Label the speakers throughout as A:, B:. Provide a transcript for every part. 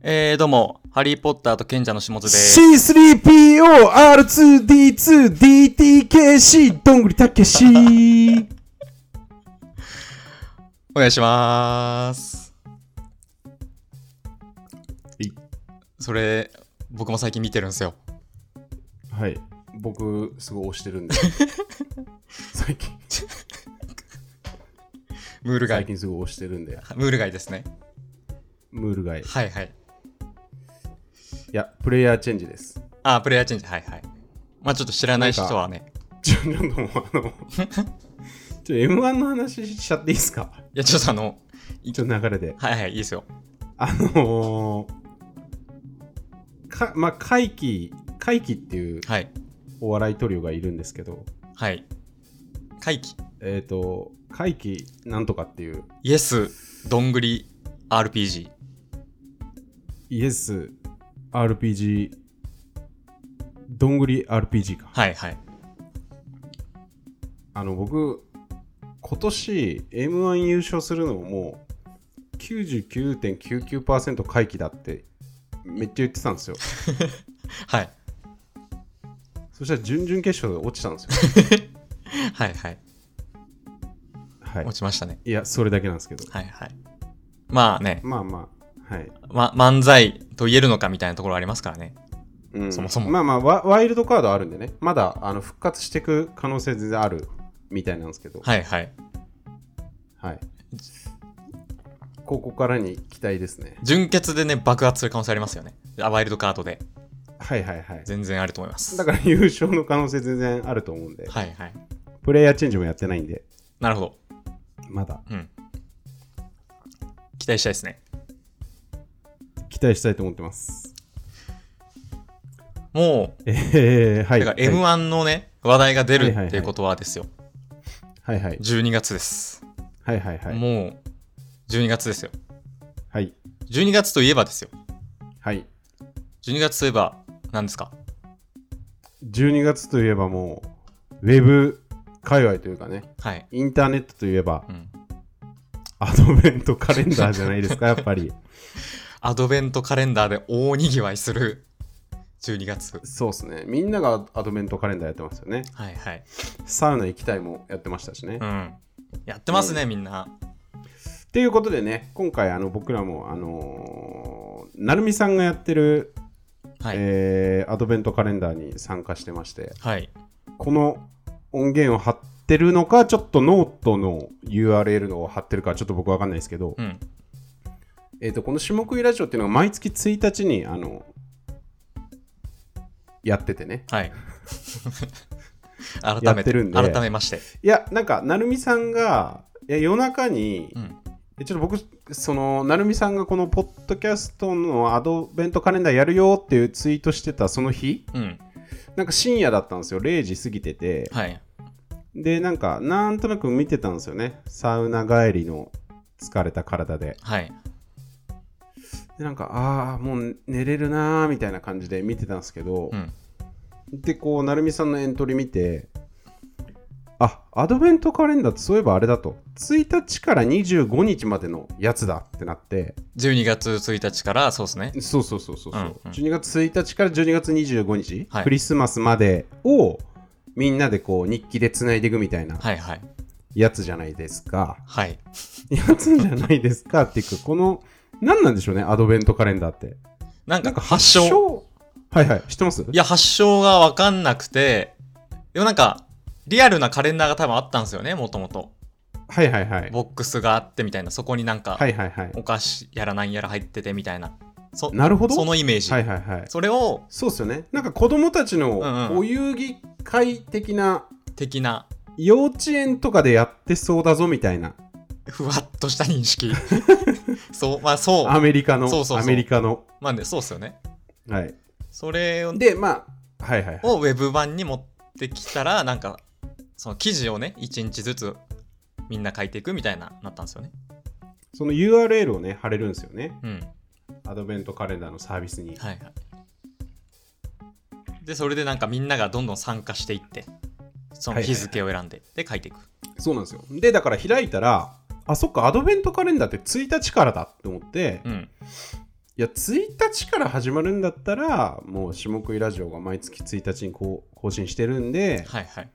A: えー、どうも、ハリーポッターと賢者の下津です。
B: C3POR2D2DTKC どんぐりたけし
A: お願いしまーす。
B: い
A: それ、僕も最近見てるんですよ。
B: はい僕すごい推して るんで最近
A: ムール
B: 最
A: 貝。
B: 近すごい推してるんで
A: ムール貝ですね。
B: ムール貝い
A: はいはい。
B: やプレイヤーチェンジです
A: あ、プレイヤーチェンジ。はいはい。まあちょっと知らない人はね。
B: ちょちょっともうあのちょっと M1 の話しちゃっていいですか
A: いや、ちょっとあの、
B: ちょっと流れで
A: はいはい、いいですよ。
B: あのー、かまあ怪奇怪奇っていう
A: はい。
B: お笑いトリオがいるんですけど
A: はい。回帰。
B: えっ、ー、と怪奇なんとかっていう
A: イエス、どんぐり、RPG。
B: イエス RPG どんぐり RPG か
A: はいはい。
B: あの僕今年 m 1優勝するのもう99.99%回帰だってめっちゃ言ってたんですよ
A: はい。
B: そしたら準々決勝で落ちたんです よ
A: はいはい。
B: はい
A: 落ちましたね。
B: いやそれだけなんですけど
A: はいはい。まあね、
B: まあまあはい、
A: ま、漫才と言えるのかみたいなところありますからね。
B: うん
A: そもそも
B: まあまあワワイルドカードあるんでねまだあの復活していく可能性全然あるみたいなんですけど
A: はいはい。
B: はい。ここからに期待ですね。
A: 純潔でね、爆発する可能性ありますよね。あワイルドカードで。
B: はいはいはい。
A: 全然あると思います。
B: だから優勝の可能性全然あると思うんで、
A: はいはい。
B: プレイヤーチェンジもやってないんで、
A: なるほど。
B: まだ
A: うん。期待したいですね。
B: 期待したいと思ってます。
A: もう、
B: えー、はい。
A: てか
B: はい
A: M1 のね、話題が出
B: は
A: る
B: いはいはい
A: っていうことはですよ。
B: はいはい。
A: 12月です。
B: はいはいはい。
A: もう、12月ですよ。
B: はい。
A: 12月といえばですよ。
B: はい。
A: 12月といえば、何ですか
B: 12月といえばもう、ウェブ界隈というかね、
A: はい。
B: インターネットといえば、
A: うん。
B: アドベントカレンダーじゃないです か、やっぱり。
A: アドベントカレンダーで大にぎわいする12月。
B: そうですね。みんながアドベントカレンダーやってますよね。
A: はいはい。
B: サウナ行きたいもやってましたしね。
A: うん。やってますね、みんな。
B: っていうことでね、今回あの僕らも、あのーなるみさんがやってる、
A: はい。
B: えーアドベントカレンダーに参加してまして、
A: はい。
B: この音源を貼ってるのか、ちょっとノートの URL のを貼ってるか、ちょっと僕わかんないですけど、
A: うん。
B: えー、とこの「下食いラジオ」っていうのが毎月1日にあのやっててね。
A: はい。改めて
B: やってるんで
A: 改めまして。
B: いや、なんか、なるみさんが、いや夜中に
A: う、ん。
B: えちょっと僕、その、なるみさんがこのポッドキャストのアドベントカレンダーやるよっていうツイートしてたその日、
A: うん。
B: なんか深夜だったんですよ、0時過ぎてて、
A: はい。
B: で、なんか、なんとなく見てたんですよね、サウナ帰りの疲れた体で。
A: はい。
B: で、なんか、ああ、もう寝れるなーみたいな感じで見てたんですけど
A: う、ん。
B: で、こう、なるみさんのエントリー見て、あアドベントカレンダーってそういえばあれだと、1日から25日までのやつだってなって、
A: 12月1日から、そうですね。
B: そうそうそうそうそう、
A: うんうん
B: 12月1日から12月25日、
A: はい
B: クリスマスまでをみんなでこう日記でつないでいくみたいな
A: はいはい。
B: やつじゃないですか、
A: はい。
B: やつじゃないですかっていうかこの何なんでしょうねアドベントカレンダーって
A: なん
B: なん
A: か
B: か
A: 発
B: 発
A: 祥。
B: 祥はいはい知ってます
A: いや、発祥がわかんなくて、でもなんか、リアルなカレンダーが多分あったんですよね、もともと。
B: はいはいはい
A: ボックスがあってみたいな、そこになんか
B: は、いはいはい
A: お菓子やらなんやら入っててみたいな。そ
B: なるほど
A: そのイメージ。
B: はいはいはい
A: それを、
B: そうっすよねなんか子供たち
A: うんう
B: の
A: ん
B: お遊戯会的な
A: 的な、
B: 幼稚園とかでやってそうだぞみたいな
A: ふわっとした認 識。そう、まあそう。
B: アメリカの
A: そうそうそう
B: アメリカの
A: まあね、そうっすよね。
B: はい
A: それを
B: でまあはいはいはい
A: をウェブ版に持ってきたらなんかその記事をね1日ずつみんな書いていくみたいななったんですよね
B: その URL をね、貼れるんですよね。
A: うん
B: アドベントカレンダーのサービスに。
A: はいはいでそれでなんかみんながどんどん参加していってその日付を選んで、で書いていく
B: そうなんですよ。で、だから開いたら、あ、そっか、アドベントカレンダーって1日からだって思って、
A: うん
B: いや、1日から始まるんだったら、もう、下食いラジオが毎月1日にこう更新してるんで、
A: はいはい。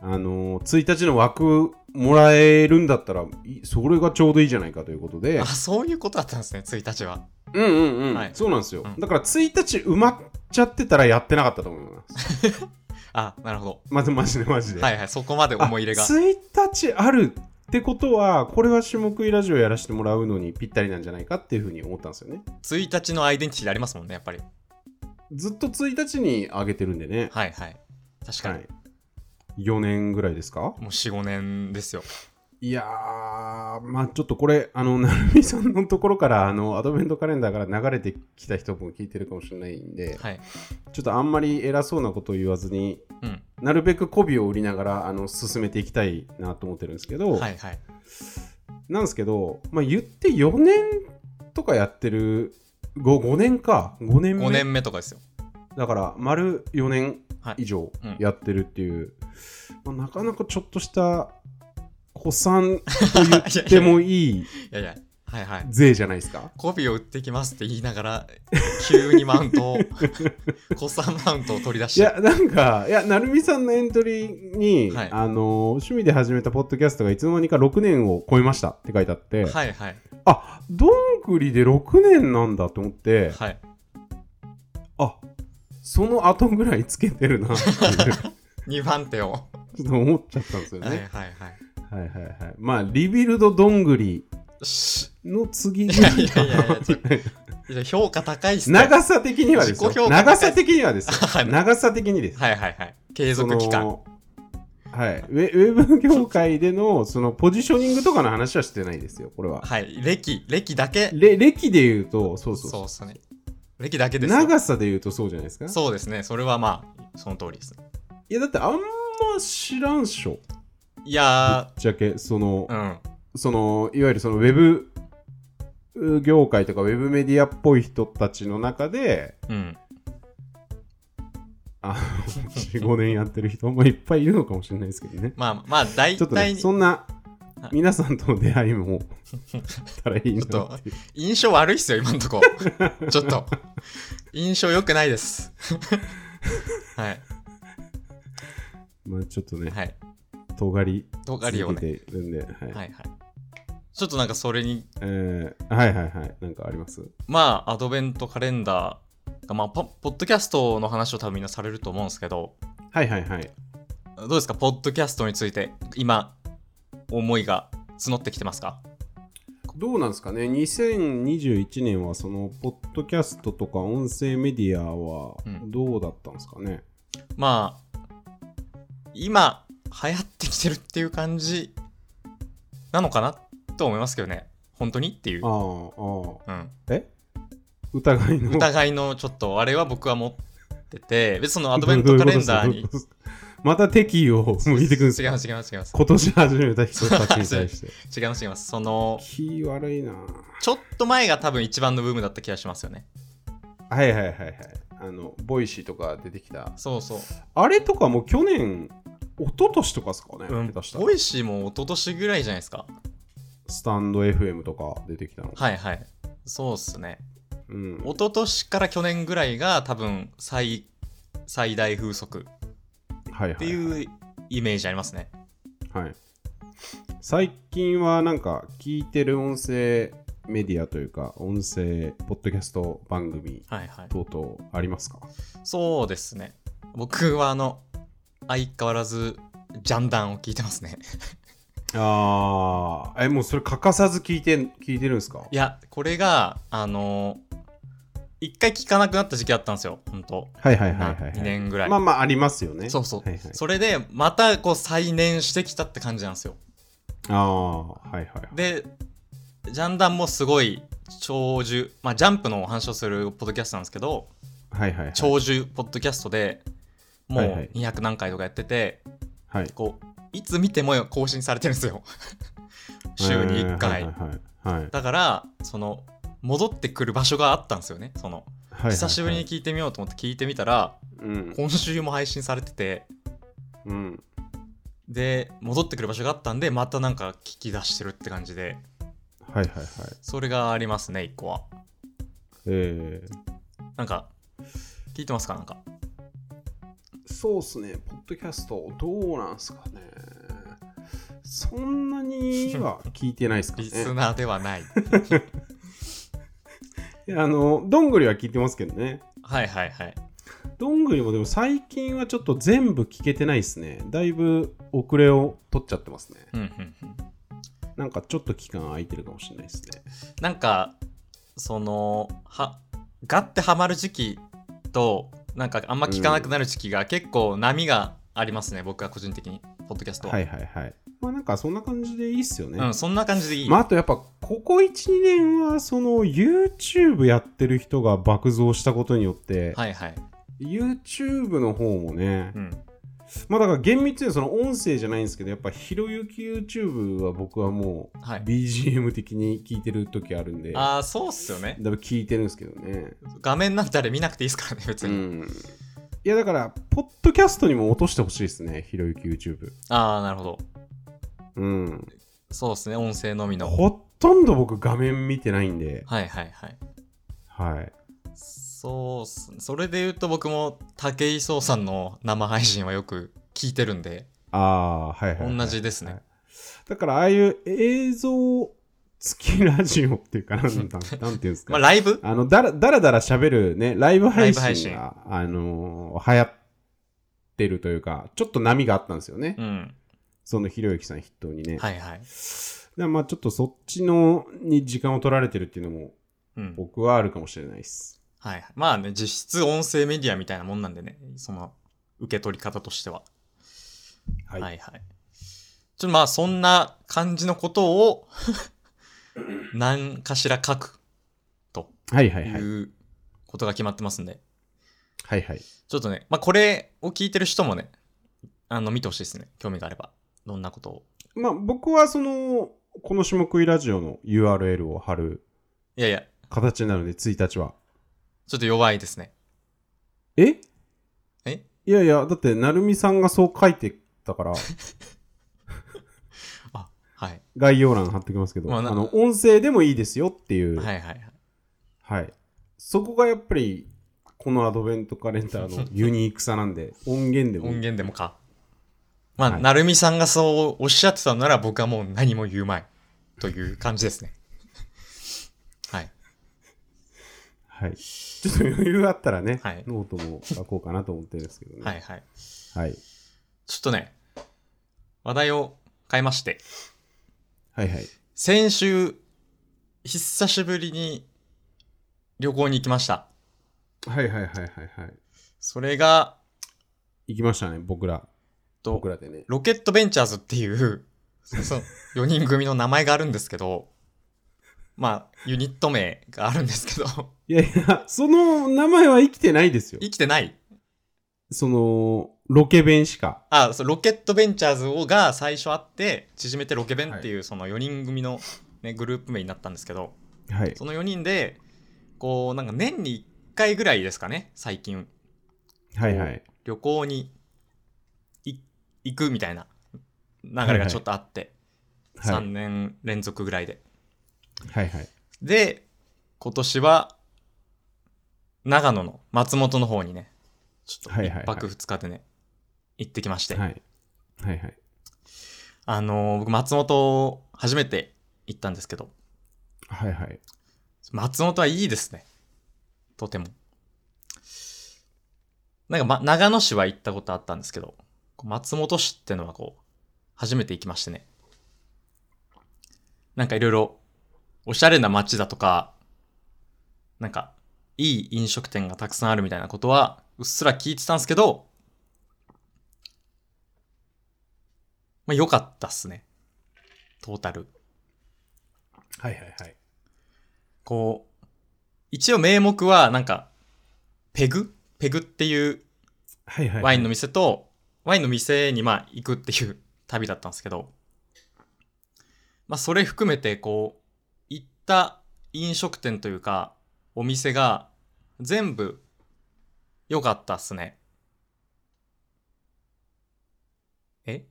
B: あのー、1日の枠もらえるんだったら、いそれがちょうどいいじゃないかということで
A: あ、、そういうことだったんですね、1日は。
B: うんうんうん、
A: はい
B: そうなんですよ。
A: うん
B: だから、1日埋まっちゃってたらやってなかったと思います。
A: あ、なるほ
B: まず、マジでマジで。
A: ど。はいはい、そこまで思い入れが。
B: 1日あるってことは、これは下食いラジオやらせてもらうのにぴったりなんじゃないかっていうふうに思ったんですよね。
A: 1日のアイデンティティでありますもんね、やっぱり。
B: ずっと1日に上げてるんでね。
A: はいはい。確かに。
B: はい、4年ぐらいですか
A: もう4、5年ですよ。
B: いやー、まあちょっとこれ、あ の、なるみさんのところから、あの、アドベントカレンダーから流れてきた人も聞いてるかもしれないんで、
A: はい。
B: ちょっとあんまり偉そうなことを言わずに、
A: うん。
B: なるべく媚びを売りながら、あの、進めていきたいなと思ってるんですけど、
A: はいはい。
B: なんですけど、まあ言って4年とかやってる、5, 5年か、5年目。
A: 5年目とかですよ。
B: だから、丸4年
A: はい。
B: 以上
A: うん
B: やってるっていう、まあ、なかなかちょっとした子さんと言ってもい い
A: いやいや、はいはい。
B: 税じゃないですか。
A: コピーを売ってきますって言いながら、急にマウン トを、コスさんマウントを取り出し
B: い
A: て。
B: やなんかいや成美さんのエントリーに、
A: はい
B: あの趣味で始めたポッドキャストがいつの間にか6年を超えましたって書いてあって、
A: はいはい。
B: あどんぐりで6年なんだと思って、
A: はい。
B: あその後ぐらいつけてるなっていう
A: 2番手を。
B: ちょっと 思っちゃったんですよ
A: はい
B: ね。
A: はいはい。
B: はいはいはい。まあリビルドどんぐりの次 ぐらいか
A: いやいやいや
B: な
A: ちょっいや評価高いっすね。はい
B: 長さ的にはですよ
A: 自己評価
B: 長さ的にはで す
A: は
B: よ
A: い
B: 長さ的にです
A: はいはい。継続期
B: そ
A: 間。
B: のはいウェウェブ業界でのそのポジショニングとかの話はしてないですよこれは
A: はい。歴、歴だけ。
B: れ歴で言うとそうそう
A: そう
B: そ
A: っすね。歴だけ
B: う
A: ですよ。
B: 長さで言うとそうじゃないですか
A: そうですね。それはまあ、その通りです。
B: いやだってあんま知らんっしょぶっ
A: いや
B: ちゃけその、
A: ー、うん。
B: そのいわゆるそのウェブ業界とかウェブメディアっぽい人たちの中で
A: うん。
B: 45年やってる人もいっぱいいるのかもしれないですけ どね
A: まあまあ、大
B: ちょっとね、
A: 体、
B: そんな
A: はい
B: 皆さんとの出会いも たらいいな
A: ちょっと
B: って いう
A: 印象悪いっすよ、今ん とこ。ちょっと。印象良くないです。 はい。
B: まあちょっとね、
A: はい。
B: 尖り
A: 尖りを
B: 続け
A: ね。
B: ているんで、はい、
A: はいはい。ちょっとなんかそれに、
B: えーはいはいはい、なんかあります
A: まあ、アドベントカレンダーが、まあ、ポポッドキャストの話を多分みんなされると思うんですけど、
B: はいはいはい。
A: どうですか、ポッドキャストについて、今、思いが募ってきてますか
B: どうなんですかね、2021年はその、ポッドキャストとか音声メディアは
A: うん
B: どうだったんですかね。
A: まあ、今、流行ってきてるっていう感じなのかなと思いますけどね。本当にっていう。
B: ああ、ああ、
A: うん、
B: え疑いの。
A: 疑いのちょっと、あれは僕は持ってて、別にそのアドベントカレンダー
B: どうい
A: に
B: う。ことですか。また敵意を 向いてくんです
A: 違い
B: か
A: ます、違います、違います。
B: 今年始めた人たちに対して。
A: 違います、違います。その、
B: 気悪いな
A: ちょっと前が多分一番のブームだった気がしますよね。
B: はいはいはいはいあのボイシーとか出てきた
A: そうそう。
B: あれとかもう去年一昨年とかですかね、
A: うん、
B: 下手したら
A: ボイシーも一昨年ぐらいじゃないですか。
B: スタンド FM とか出てきたの、
A: はいはい。そうっすね。
B: うん、
A: 一昨年から去年ぐらいが多分最最大風速
B: はいはい
A: っていうイメージありますね。
B: はい、はい、最近はなんか聞いてる音声メディアというか音声ポッドキャスト番組
A: はいはい。
B: 等々ありますか
A: そうですね。僕はあの、相変わらずジャンダンを聞いてますね。
B: あーえもうそれ欠かさず聞いてん聞いてるんですか
A: いや、これが、あの、一回聞かなくなった時期あったんですよ、本当
B: はいはいはいはい、はい、
A: 2年ぐらい。
B: まあまあありますよね
A: そうそう、
B: はいはい、
A: それでまたこう再燃してきたって感じなんですよ
B: ああはいはいはい
A: でジャンダンもすごい長寿、まあ、ジャンプのお話をするポッドキャストなんですけど
B: はいはいはい
A: 長寿ポッドキャストでも
B: はいはいう
A: 200何回とかやってて、
B: はい
A: こういつ見ても更新されてるんです よ週に1回、
B: えーはいはいはいはい
A: だからその戻ってくる場所があったんですよねその
B: はいはい
A: 久しぶりに聞いてみようと思って聞いてみたら
B: うん
A: 今週も配信されてて
B: うん
A: で戻ってくる場所があったんでまたなんか聞き出してるって感じで
B: はいはいはい
A: それがありますね、一個は。
B: え
A: なんか、聞いてますかなんか。
B: ー、そうっすね、ポッドキャスト、どうなんすかね。そんなには聞いてないっすか
A: リ
B: ね。
A: スナーではない。
B: いやあの、どんぐりは聞いてますけどね。
A: はいはいはい。
B: どんぐりもでも最近はちょっと全部聞けてないっすね。だいぶ遅れを取っちゃってますね。
A: うんうんうん。
B: なんかちょっと期間空いてるかもしれないですね。
A: なんか、その、は、ガってハマる時期と、なんかあんま聞かなくなる時期が結構波がありますね、僕は個人的に、ポッドキャストは。
B: はいはいはい。まあなんかそんな感じでいいっすよね。
A: うん、そんな感じでいい。
B: まああとやっぱここ1、2年はその YouTube やってる人が爆増したことによって、
A: はいはい。
B: YouTube の方もね、
A: うん。
B: まあだから厳密にはその音声じゃないんですけど、やっぱひろゆき YouTube は僕はもう
A: はい。
B: BGM 的に聞いてる時あるんで、だ
A: ああ、そうっすよね。
B: いぶ聞いてるんですけどね。
A: 画面なんてあれ見なくていいですからね、別
B: う
A: に。
B: ん。いやだから、ポッドキャストにも落としてほしいですね、ひろゆき YouTube。
A: ああ、なるほど。
B: うん。
A: そうっすね、音声のみの。
B: ほとんど僕画面見てないんで、
A: はいはいはい。
B: はい。
A: そうっすね。それで言うと僕も、武井壮さんの生配信はよく聞いてるんで、
B: ああー、はいはい、はい。
A: 同じですね。
B: だから、ああいう映像付きラジオっていうか、な んだなんていうんですか。
A: まあ、ライブ
B: あのだらだらだら喋るね、ライブ配
A: ライブ配
B: 信
A: 信
B: が、あのー流行ってるというか、ちょっと波があったんですよね。
A: うん。
B: そのひろゆきさん筆頭にね。
A: はいはい。
B: だからまあちょっとそっちのに時間を取られてるっていうのも
A: うん。
B: 僕はあるかもしれないです。
A: はいはい。まあね、実質音声メディアみたいなもんなんでね、その受け取り方としては。
B: は。
A: はいいはい。ちょっとまあそんな感じのこと を何かしら書くと
B: はいはいいはい。
A: うことが決まってますんで、
B: はいはい。
A: ちょっとね、まあこれを聞いてる人もね、あの見てほしいですね。興味があれば。どんなことを。
B: まあ僕はその、この種目いラジオの URL を貼る
A: いやいや、
B: 形になるので、1日は。
A: ちょっと弱いですね。
B: え
A: え
B: いやいや、だって、成美さんがそう書いて たから、
A: はい。
B: 概要欄貼っておきますけど、
A: ま
B: あ
A: あな
B: の、音声でもいいですよっていう、
A: はい
B: はい。
A: はいはい。
B: そこがやっぱり、このアドベントカレンダーのユニークさなんで、音源でも。
A: 音源でもか。まあ、
B: はい
A: なるみさんがそうおっしゃってたなら僕はもう何も言うまいという感じですね。 はい。
B: はい。ちょっと余裕あったらね、
A: はい
B: ノートも書こうかなと思ってるんですけどね。
A: はいはい。
B: はい。はい
A: ちょっとね、話題を変えまして、
B: はい
A: 先週、久しぶりに旅行に行きました。
B: はいはいはいはいはい。
A: それが、
B: 行きましたね、僕ら。
A: と
B: 僕らでね。
A: ロケットベンチャーズっていう、その4人組の名前があるんですけど、まあ、ユニット名があるんですけど、
B: いやいや、その名前は生きてないですよ。
A: 生きてない
B: その、ロケ弁しか。
A: あそうロケットベンチャーズをが最初あって縮めてロケベンっていうその4人組の、ね、グループ名になったんですけど
B: はい。
A: その4人でこうなんか年に1回ぐらいですかね最近
B: はいはい。
A: 旅行にい行くみたいな流れがちょっとあって、
B: はい
A: 3年連続ぐらいで、
B: はいはい。
A: で今年は長野の松本の方にねちょっと
B: はいはいはい
A: 1泊2日でね、行ってきまして、
B: はい。はいはい。
A: あのー僕松本初めて行ったんですけど
B: はいはい。
A: 松本はいいですねとてもなんか、ま、長野市は行ったことあったんですけどこう松本市ってのはこう初めて行きましてねなんかいろいろおしゃれな街だとかなんかいい飲食店がたくさんあるみたいなことはうっすら聞いてたんですけどまあ良かったっすねトータル
B: はいはいはい。
A: こう、一応名目は、なんか、ペグペグっていう
B: はいはい。
A: ワインの店と、ワインの店にまあ行くっていう旅だったんですけど、まあそれ含めて、こう、行った飲食店というか、お店が全部良かったっすね。 え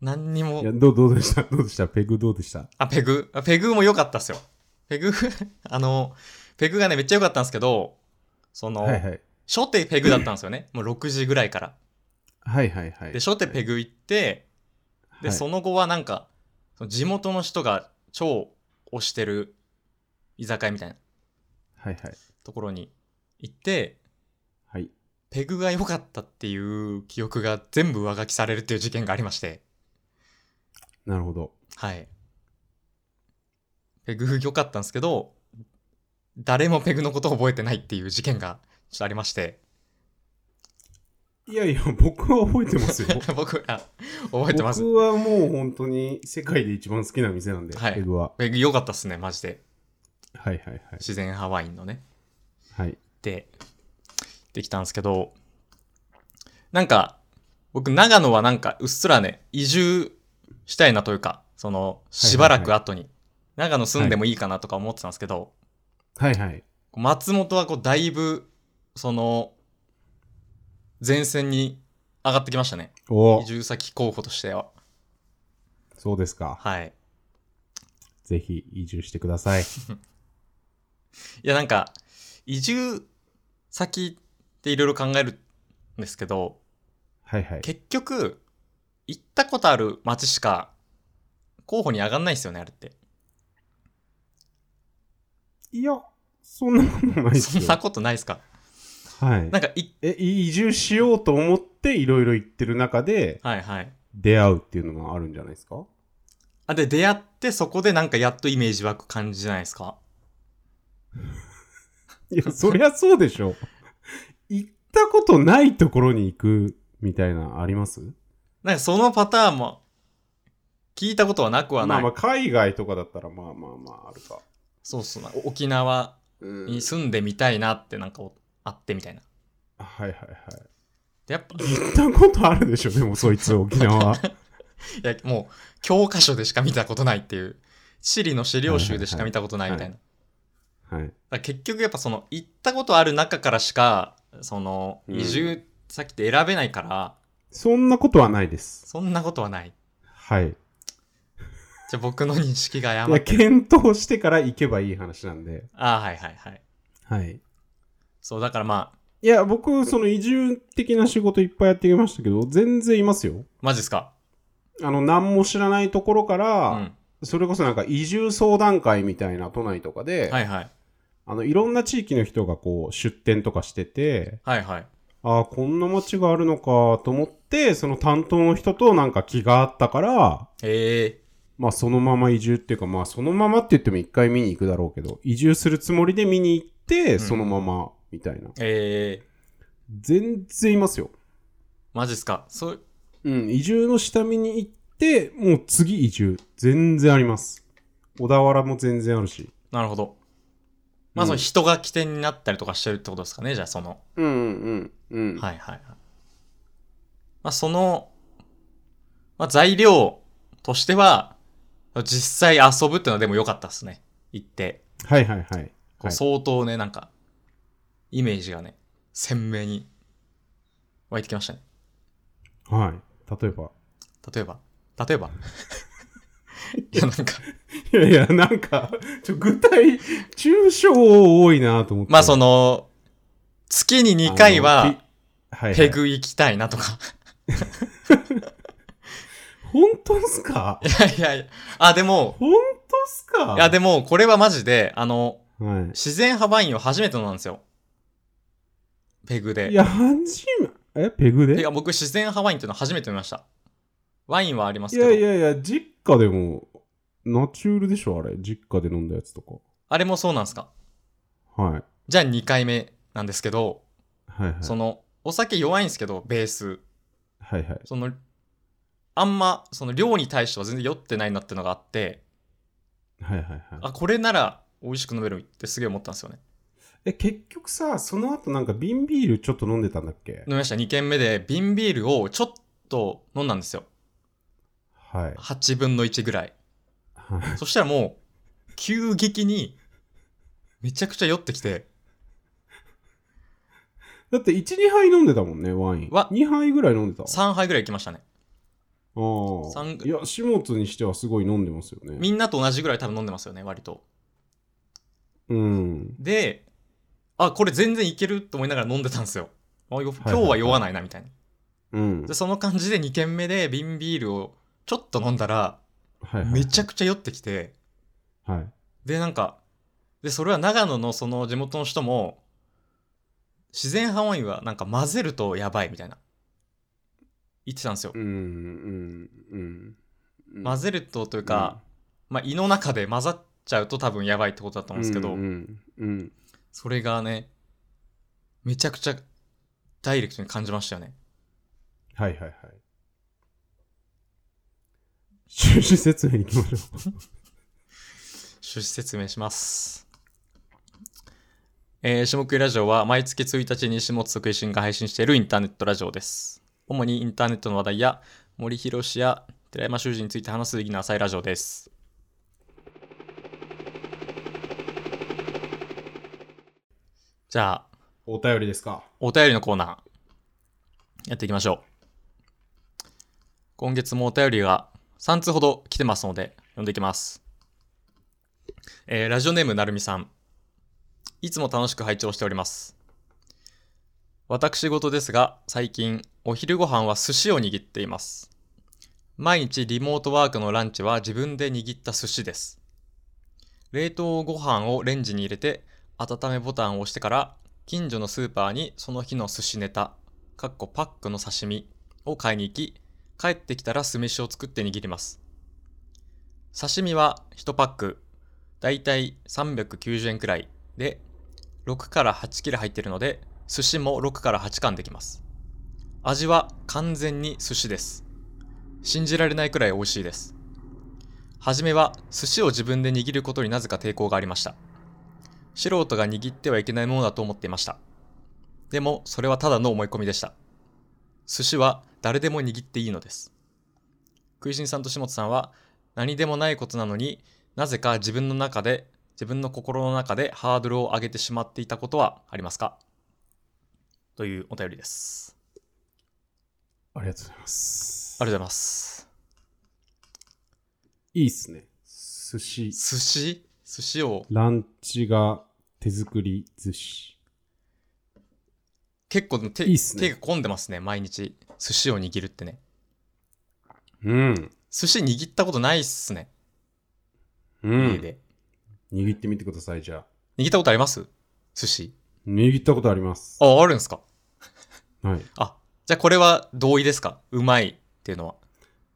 A: 何にも
B: いや、どう、どうでしたどうでしたペグどうでした
A: あ、ペグ。あペグも良かったっすよ。ペグ、 あの、ペグがね、めっちゃ良かったんですけど、その、
B: はいはい。
A: 初手ペグだったんですよね。もう6時ぐらいから。
B: はいはいはい。
A: で、初手ペグ行って、で、
B: はい
A: その後はなんか、その地元の人が超推してる居酒屋みたいな
B: はいはい。
A: ところに行って、
B: はい。
A: ペグが良かったっていう記憶が全部上書きされるっていう事件がありまして、
B: なるほど。
A: はい。ペグ良かったんですけど、誰もペグのことを覚えてないっていう事件がちょっとありまして、
B: いやい や、僕は覚え てますよ。
A: 僕、あ、覚えてます。
B: 僕はもう本当に世界で一番好きな店なんで、
A: はい
B: ペグは。
A: ペグ良かったっすね、マジで。
B: はいはいはい。
A: 自然派ワインのね。
B: はい。
A: ってできたんですけどなんか僕長野はなんかうっすらね移住したいなというかそのしばらく後に、長野住んでもいいかなとか思ってたんですけど、
B: はいはい。
A: 松本はこうだいぶその前線に上がってきましたね
B: お
A: 移住先候補としては
B: そうですか。
A: はい
B: ぜひ移住してください。
A: いやなんか移住先っていろいろ考えるんですけど
B: はいはい。
A: 結局行ったことある町しか候補に上がんないですよねあれって
B: いや、そんなことないです
A: そん
B: よ。
A: なことないですか
B: はい。
A: なんかい
B: え、移住しようと思っていろいろ行ってる中で
A: はいはい
B: 出会うっていうのもあるんじゃないですか
A: あで出会ってそこでなんかやっとイメージ湧く感じじゃないですか
B: いや、 そりゃそうでしょ。行ったことないところに行くみたいなのあります
A: なんかそのパターンも聞いたことはなくは
B: ま
A: な
B: あ
A: い、
B: まあ、海外とかだったらまあまあまああるか。
A: そうそうお沖縄
B: うん
A: に住んでみたいなってなんかおあってみたいな
B: はいはいはい。
A: でや っぱ
B: 行ったことあるでしょ、でもそいつ、沖縄。
A: いやもう教科書でしか見たことないっていう地理の資料集でしか見たことないみたいな、
B: はい。
A: だから結局やっぱその行ったことある中からしかその
B: うん
A: 移住先って選べないから、
B: そんなことはないです。
A: そんなことはない
B: はい。い
A: じゃあ僕の認識が誤
B: や、
A: って
B: 検討してから行けばいい話なんで。
A: ああはいはいはい
B: はい。
A: そうだからまあ
B: いや、僕、その移住的な仕事いっぱいやってきましたけど、全然いますよ。
A: マジっすか
B: あの、何も知らないところか
A: う
B: ら、
A: ん
B: それこそなんか移住相談会みたいな都内とかで、
A: はいはい
B: あの、いろんな地域の人がこう、出店とかしてて、
A: はいはい
B: ああ、こんな街があるのかと思って、その担当の人となんか気があったから、
A: へえ
B: まあそのまま移住っていうか、まあそのままって言っても一回見に行くだろうけど、移住するつもりで見に行って、
A: ん
B: そのまま、みたいな。
A: ええ
B: 全然いますよ。
A: マジっすかそう
B: うん、移住の下見に行って、もう次移住。全然あります。小田原も全然あるし。
A: なるほどまあその
B: うん
A: 人が起点になったりとかしてるってことですかねじゃあその
B: うんうんうん。
A: はいはいはい。まあ、その、まあ、材料としては、実際遊ぶっていうのはでも良かったですね。行って。
B: はいはいはい。
A: こう
B: はい
A: 相当ね、なんか、イメージがね、鮮明に湧いてきましたね。
B: はい。例えば。
A: 例えば、例え ば。いや、なんか、
B: いやいや、なんか、ちょ、具体、抽象多いなと思って。
A: まあそ
B: の、
A: の、月に2回
B: あ
A: は
B: の、、ピはい、は
A: ペ
B: い。
A: グ行きたいなとか。
B: 本当っすか
A: いやいやいや。あ、でも、
B: 本当っすか
A: いや、でも、これはマジで、あの、
B: も、は
A: 自然派ワインは初めてなんですよ。ペグ
B: い。
A: で。
B: いや、初め、え、ペグで
A: てか僕自然派ワインっていうの初めて見ました。ワインはあります
B: い
A: けど、
B: やいやいや、実家でも、ナチュールでしょ、あれ。実家で飲んだやつとか。
A: あれもそうなんですか。
B: はい。
A: じゃあ2回目なんですけど、
B: はいはい。
A: その、お酒弱いんですけど、ベース。
B: はいはい。
A: その、あんま、その量に対しては全然酔ってないなってのがあって、
B: はいはいはい。
A: あ、これなら美味しく飲めるってすげえ思ったんですよね。
B: え、結局さ、その後なんか瓶ビールちょっと飲んでたんだっけ
A: 飲みました。2軒目で瓶ビールをちょっと飲んだんですよ。
B: はい。
A: 8分の1ぐらい。
B: はい
A: そしたらもう、急激に、めちゃくちゃ酔ってきて、
B: だって1、2杯飲んでたもんね、ワイン。
A: わ
B: 2杯ぐらい飲んでた。
A: 3杯ぐらい行きましたね。
B: ああ
A: 三
B: いや、始末にしてはすごい飲んでますよね。
A: みんなと同じぐらい多分飲んでますよね、割と。
B: うん。
A: で、あ、これ全然いけると思いながら飲んでたんですよ。あよ
B: はい
A: 今日は酔わないな、みたいな。
B: うん
A: で、。その感じで2軒目で瓶ビールをちょっと飲んだら、
B: はいはい。
A: めちゃくちゃ酔ってきて、
B: はい。
A: で、なんか、で、それは長野のその地元の人も、自然派ワインはなんか混ぜるとやばいみたいな。言ってたんですよ
B: う。ん。うん。うん。
A: 混ぜるとというか、まあ胃の中で混ざっちゃうと多分やばいってことだと
B: う
A: 思
B: ん、
A: うんですけど、
B: うん。うん。
A: それがね、めちゃくちゃダイレクトに感じましたよね。
B: はいはいはい。趣旨説明いきましょ
A: 趣旨説明します。えー、下食いラジオは毎月1日に下津食いしんが配信しているインターネットラジオです。主にインターネットの話題や森博氏や寺山修司について話す意義の浅いラジオです。じゃあ、
B: う。お便りですか。
A: お便りのコーナー、やっていきましょう。今月もお便りが3通ほど来てますので、読んでいきます。えーラジオネームなるみさん。いつも楽しく拝聴しております。私事ですが、最近、お昼ご飯は寿司を握っています。毎日リモートワークのランチは自分で握った寿司です。冷凍ご飯をレンジに入れて、温めボタンを押してから近所のスーパーにその日の寿司ネタ、かっこパックの刺身を買いに行き、帰ってきたら酢飯を作って握ります。刺身は1パック、だいたい390円くらいで、6から8切れ入ってるので、寿司も6から8貫できます。味は完全に寿司です。信じられないくらい美味しいです。はじめは寿司を自分で握ることになぜか抵抗がありました。素人が握ってはいけないものだと思っていました。でも、それはただの思い込みでした。寿司は誰でも握っていいのです。食いしんさんと下津さんは、何でもないことなのになぜか自分の中で、自分の心の中でハードルを上げてしまっていたことはありますかというお便りです。
B: ありがとうございます。
A: ありがとうございます。
B: いいっすね。寿司。
A: 寿司寿司を
B: ランチが手作り寿司。
A: 結構手
B: いいっすね
A: 手が込んでますね、毎日。寿司を握るってね。
B: うん。
A: 寿司握ったことないっすね、
B: う
A: 家
B: ん。
A: で。
B: 握ってみてください、じゃあ。
A: 握ったことあります寿司。
B: 握ったことあります。
A: あ、あるんですか
B: はい。
A: あ、じゃあこれは同意ですかうまいっていうのは。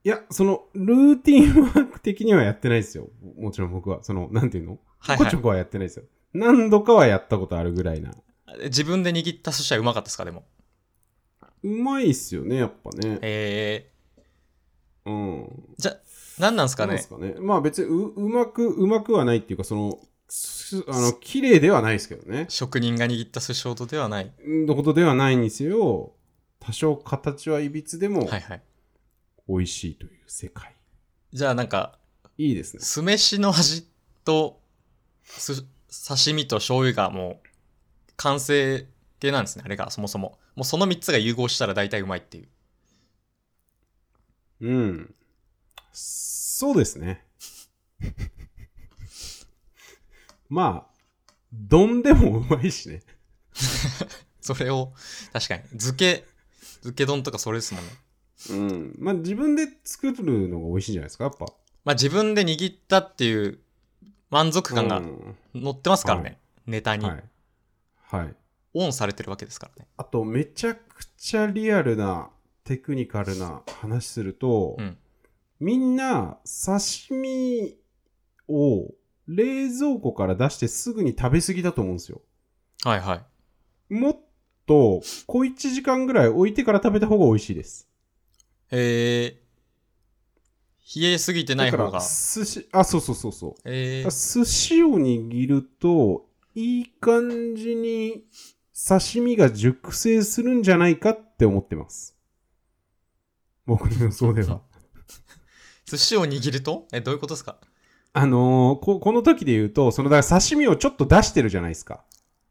B: いや、その、ルーティンワーク的にはやってないですよ。ももちろん僕は。その、なんていうのち
A: は
B: ょ
A: い
B: こちょ
A: は
B: こはやってないですよ。何度かはやったことあるぐらいな。
A: い。自分で握った寿司はうまかったですかでも。
B: うまいっすよね、やっぱね。
A: え
B: うん。
A: ー、じゃ、何なんですか
B: なんで
A: ね
B: すかね。まあ別にう、うまく、うまくはないっていうか、その、すあの、綺麗ではないですけどね。
A: 職人が握った寿司ほどではない。
B: のことではないにせよ、多少形はいびつでも、
A: はいはい。
B: 美味しいという世界。
A: じゃあなんか、
B: いいですね。
A: 酢飯の味と、す、刺身と醤油がもう、完成形なんですね。あれが、そもそも。もうその3つが融合したら大体うまいっていう。
B: うん。そうですね。 まあ、丼でもうまいしね。
A: それを、確かに。漬け、漬け丼とかそれですもんね。
B: うん。まあ自分で作るのが美味しいんじゃないですか、やっぱ。
A: まあ自分で握ったっていう満足感が
B: うん
A: 乗ってますからね、
B: は
A: ネタに、
B: はい。はい。
A: オンされてるわけですからね
B: あと、めちゃくちゃリアルな、テクニカルな話すると、
A: うん
B: みんな、刺身を冷蔵庫から出してすぐに食べ過ぎだと思うんですよ。
A: はいはい
B: もっと、小1時間ぐらい置いてから食べた方が美味しいです。
A: えー、冷えすぎてない
B: だか
A: 方が
B: ら、寿司、あ、そうそうそうそう。
A: えー、
B: 寿司を握ると、いい感じに刺身が熟成するんじゃないかって思ってます。僕の予想では。
A: 寿司を握るとえどういうことですか
B: あのーこ、この時で言うと、その、だから刺身をちょっと出してるじゃないですか。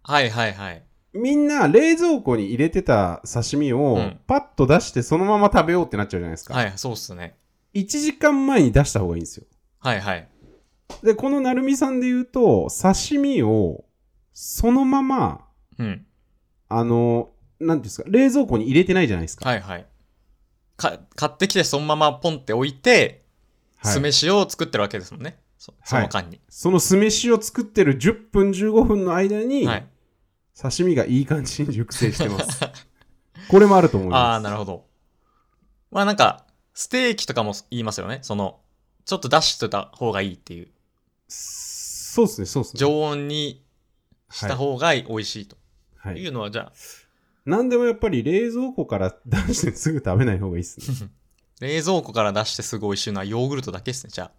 A: はいはいはい
B: みんな冷蔵庫に入れてた刺身
A: う
B: を
A: ん
B: パッと出してそのまま食べようってなっちゃうじゃないですか。
A: はいそうっすね
B: 1時間前に出した方がいいんですよ。
A: はいはい
B: で、このなるみさんで言うと、刺身を、そのまま、
A: うん。
B: あの、なんていうんですか、冷蔵庫に入れてないじゃないですか。
A: はいはい。か、買ってきてそのままポンって置いて、
B: はい
A: 酢飯を作ってるわけですもんね。そその間に。
B: その酢飯を作ってる10分15分の間に、
A: はい。
B: 刺身がいい感じに熟成して ます。これもあると思います。
A: ああ、なるほど。まあなんか、ステーキとかも言いますよね。その、ちょっと出しといた方がいいっていう。
B: そうですね、そうですね。
A: 常温にした方が美味しいと
B: はい
A: いうのは、じゃあ、
B: なんでもやっぱり冷蔵庫から出してすぐ食べない方がいいですね。
A: 冷蔵庫から出してすぐ美味しいのはヨーグルトだけですね、じゃ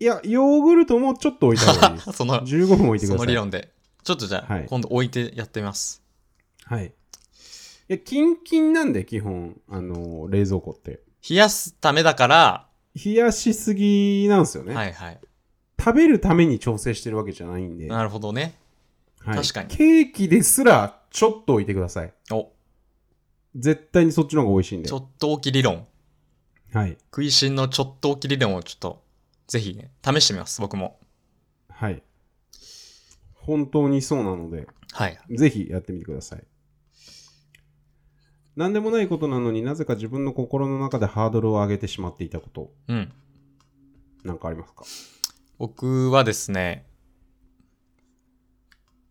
B: いや、ヨーグルトもちょっと置いた方がいいで す
A: あ。。その、
B: 15分置いて
A: そ
B: くだ
A: の
B: さい。
A: 理論で。ちょっとじゃあ、
B: はい
A: 今度置いてやってみます。
B: はい。いや、キンキンなんで、基本、あの、冷蔵庫って。
A: 冷やすためだから、
B: 冷やしすぎなんですよね。
A: はいはい。
B: 食べるために調整してるわけじゃないんで。
A: なるほどね。
B: はい
A: 確かに
B: ケーキですら、ちょっと置いてください。
A: お、
B: 絶対にそっちの方が美味しいんで。
A: ちょっと置き理論。
B: はい。
A: 食いしんのちょっと置き理論をちょっと、ぜひね、試してみます、僕も。
B: はい。本当にそうなので、
A: はい。
B: ぜひやってみてください。何でもないことなのになぜか自分の心の中でハードルを上げてしまっていたこと、
A: うん。
B: なんかありますか
A: 僕はですね、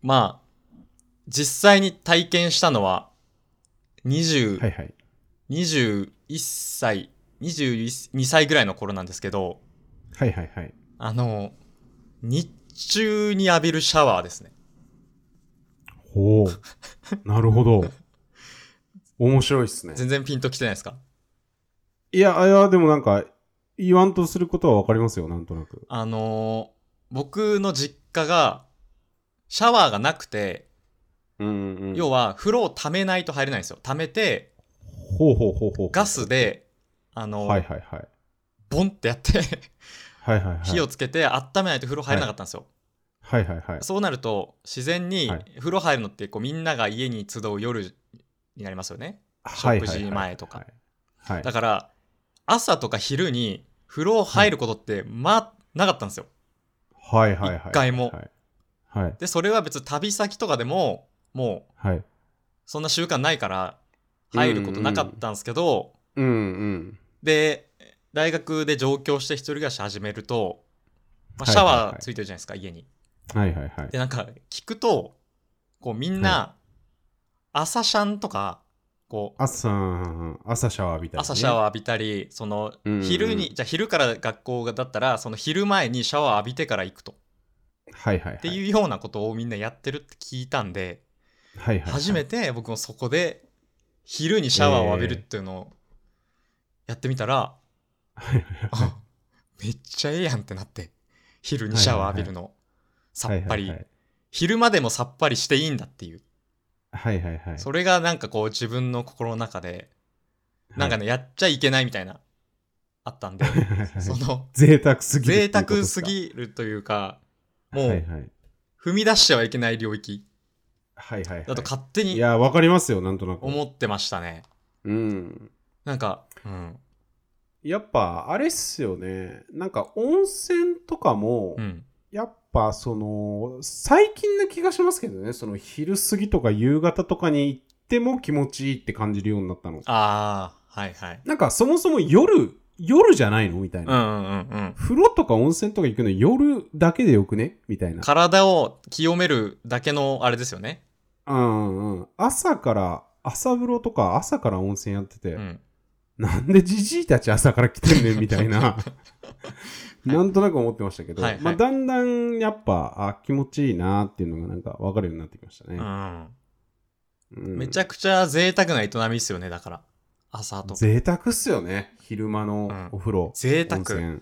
A: まあ、実際に体験したのは、20、
B: はいはい。
A: 21歳、22歳ぐらいの頃なんですけど、
B: はいはいはい。
A: あの、日中に浴びるシャワーですね。
B: ほう。なるほど。面白いっすね。
A: 全然ピンときてないですか
B: いや、あいや、でもなんか、言わんとすることはわかりますよ、なんとなく。
A: あのー僕の実家が、シャワーがなくて、
B: うんうん
A: 要は風呂を溜めないと入れないんですよ。溜めて、
B: ほうほうほうほう。
A: ガスで、あのー
B: はいはいはい。
A: ボンってやって、
B: はいはいはい。
A: 火をつけて温めないと風呂入れなかったんですよ。
B: はいはいはい。
A: そうなると、自然に
B: はい
A: 風呂入るのって、こうみんなが家に集う夜になりますよね。
B: はい
A: 食事前とか。
B: はい。
A: だから、朝とか昼に風呂入ることって、まあ、なかったんですよ。
B: はいはいはい。
A: 一回も
B: はい。はい。
A: で、それは別に旅先とかでも、もう、
B: はい。
A: そんな習慣ないから、入ることなかったんですけど、
B: うんうん。
A: で、大学で上京して一人暮らし始めると、まあ、
B: はい
A: シャ
B: はいはい
A: ワーついてるじゃないですか、家に。
B: はいはいはい
A: で、。なんか、聞くと、こうみんな、朝シャンとか、こう、
B: 朝、朝シャワー浴びたりね
A: 朝シャワー浴びたり、その
B: うんうん
A: 昼に、じゃあ昼から学校だったら、その昼前にシャワー浴びてから行くと。
B: はいはいはい。
A: っていうようなことをみんなやってるって聞いたんで、
B: はいはい。
A: 初めて僕もそこで昼にシャワーを浴びるっていうのをやってみたら、
B: はいはいはい。
A: あめっちゃええやんってなって、昼にシャワー浴びるの、さっぱり、
B: はい
A: 昼までもさっぱりしていいんだっていう、
B: はいはいはい。
A: それがなんかこう自分の心の中で、なんか
B: ね、
A: ね、やっちゃいけないみたいな、あったんで、 その、
B: 贅沢すぎるってい
A: 贅
B: うこと
A: 沢
B: です
A: す
B: か。
A: ぎるというか、も
B: はいは
A: う
B: い。
A: 踏み出してはいけない領域
B: はいはいはい。
A: だと勝手
B: い
A: に
B: や、わかりますよ、なんとなく。
A: 思ってましたね。
B: うん。
A: なんか、うん、
B: やっぱ、あれっすよね。なんか、温泉とかも、
A: うん、
B: やっぱ、その、最近な気がしますけどね、その、昼過ぎとか夕方とかに行っても気持ちいいって感じるようになったの。
A: ああ、はいはい。
B: なんか、そもそも夜、夜じゃないのみたいな
A: う。んうんうんうん。
B: 風呂とか温泉とか行くの夜だけでよくねみたいな。
A: 体を清めるだけのあれですよね。
B: うんうん。朝から、朝風呂とか朝から温泉やってて、
A: うん。
B: なんでじじいたち朝から来てんねんみた いな、なんとなく思ってましたけど、
A: はいはい
B: まあ、だんだんやっぱ、あ、気持ちいいなっていうのがなんか分かるようになってきました
A: う
B: ね。
A: ん。
B: うん
A: めちゃくちゃ贅沢な営みですよね、だから。朝とか。
B: 贅沢っすよね。昼間
A: うん
B: のお風呂。
A: 贅
B: 温
A: 沢。
B: 泉。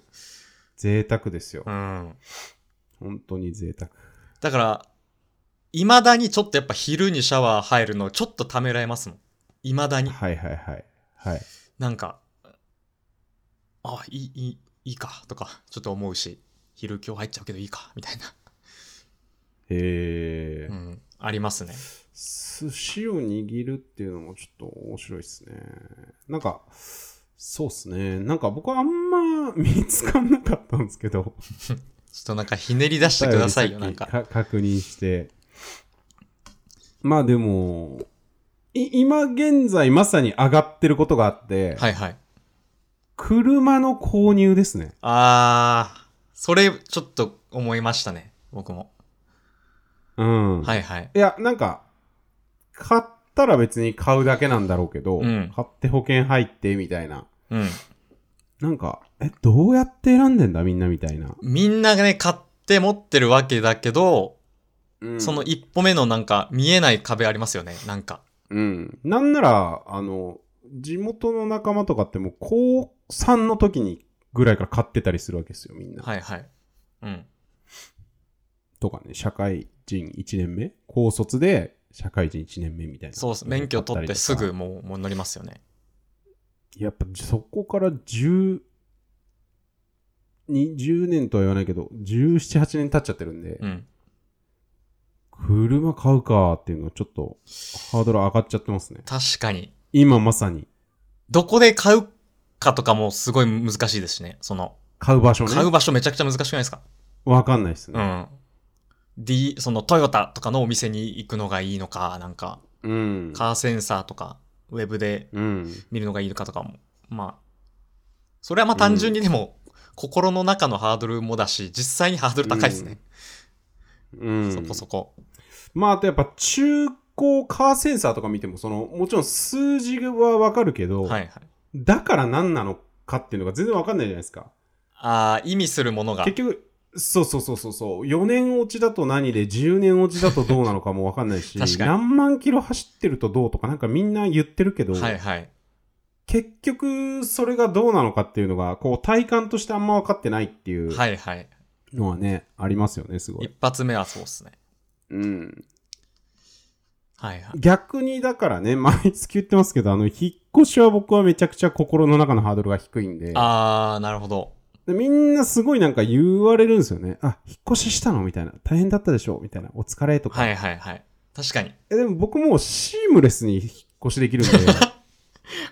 B: 贅沢ですよ
A: う。ん。
B: 本当に贅沢。
A: だから、未だにちょっとやっぱ昼にシャワー入るのちょっとためらえますもん。未だに。
B: はいはいはい。はい。
A: なんか、あ、いい、いい、いいか、とか、ちょっと思うし、昼今日入っちゃうけどいいか、みたいな。
B: えー
A: うん。ありますね。
B: 寿司を握るっていうのもちょっと面白いですね。なんか、そうっすね。なんか僕はあんま見つかんなかったんですけど。
A: ちょっとなんかひねり出してくださいよ、
B: お
A: な
B: 便
A: ん
B: りさっ
A: か
B: き。確認して。まあでも、い今現在まさに上がってることがあって、
A: はいはい。
B: 車の購入ですね。
A: あー、それちょっと思いましたね、僕も。
B: うん。
A: はいはい。
B: いや、なんか、買ったら別に買うだけなんだろうけど、
A: うん
B: 買って保険入ってみたいな。
A: うん。
B: なんか、え、どうやって選んでんだみんなみたいな。
A: みんながね、買って持ってるわけだけど、
B: うん
A: その一歩目のなんか見えない壁ありますよね、なんか。
B: うん。なんなら、あの、地元の仲間とかってもう高3の時にぐらいから買ってたりするわけですよ、みんな。
A: はいはい。うん。
B: とかね、社会人1年目高卒で社会人1年目みたいな。
A: そうっす。免許取ってすぐ。もうもう乗りますよね。
B: やっぱそこから10、20年とは言わないけど、17、8年経っちゃってるんで、
A: うん。
B: 車買うかっていうのはちょっとハードル上がっちゃってますね。
A: 確かに。
B: 今まさに
A: どこで買うかとかもすごい難しいですしね。その、
B: 買う場所ね。
A: 買う場所めちゃくちゃ難しくないですか
B: わかんないです
A: う
B: ね。
A: ん。D、そのトヨタとかのお店に行くのがいいのか、なんか、
B: うん。
A: カーセンサーとか、ウェブで
B: うん。
A: 見るのがいいのかとかも、まあ、それはまあ単純にでも、心の中のハードルもだし、実際にハードル高いですね。
B: うん。
A: そこそこ。
B: まあ、あとやっぱ中古カーセンサーとか見ても、その、もちろん数字はわかるけど、
A: はいはい。
B: だから何なのかっていうのが全然わかんないじゃないですか。
A: ああ、意味するものが。
B: 結局、そうそうそうそうそう、4年落ちだと何で、10年落ちだとどうなのかもわかんないし、
A: 確かに
B: 何万キロ走ってるとどうとかなんかみんな言ってるけど、
A: はいはい。
B: 結局それがどうなのかっていうのが、こう体感としてあんま分かってないっていう
A: はいはい。
B: のはね、ありますよね、すごい。
A: 一発目はそうっすね。
B: うん。
A: はいはい。
B: 逆にだからね、毎月言ってますけど、あの、引っ越しは僕はめちゃくちゃ心の中のハードルが低いんで、
A: ああ、なるほど。
B: でみんなすごいなんか言われるんですよね。あ、引っ越ししたのみたいな。大変だったでしょみたいな。お疲れとか。
A: はいはいはい。確かに。
B: えでも僕もうシームレスに引っ越しでき るんで、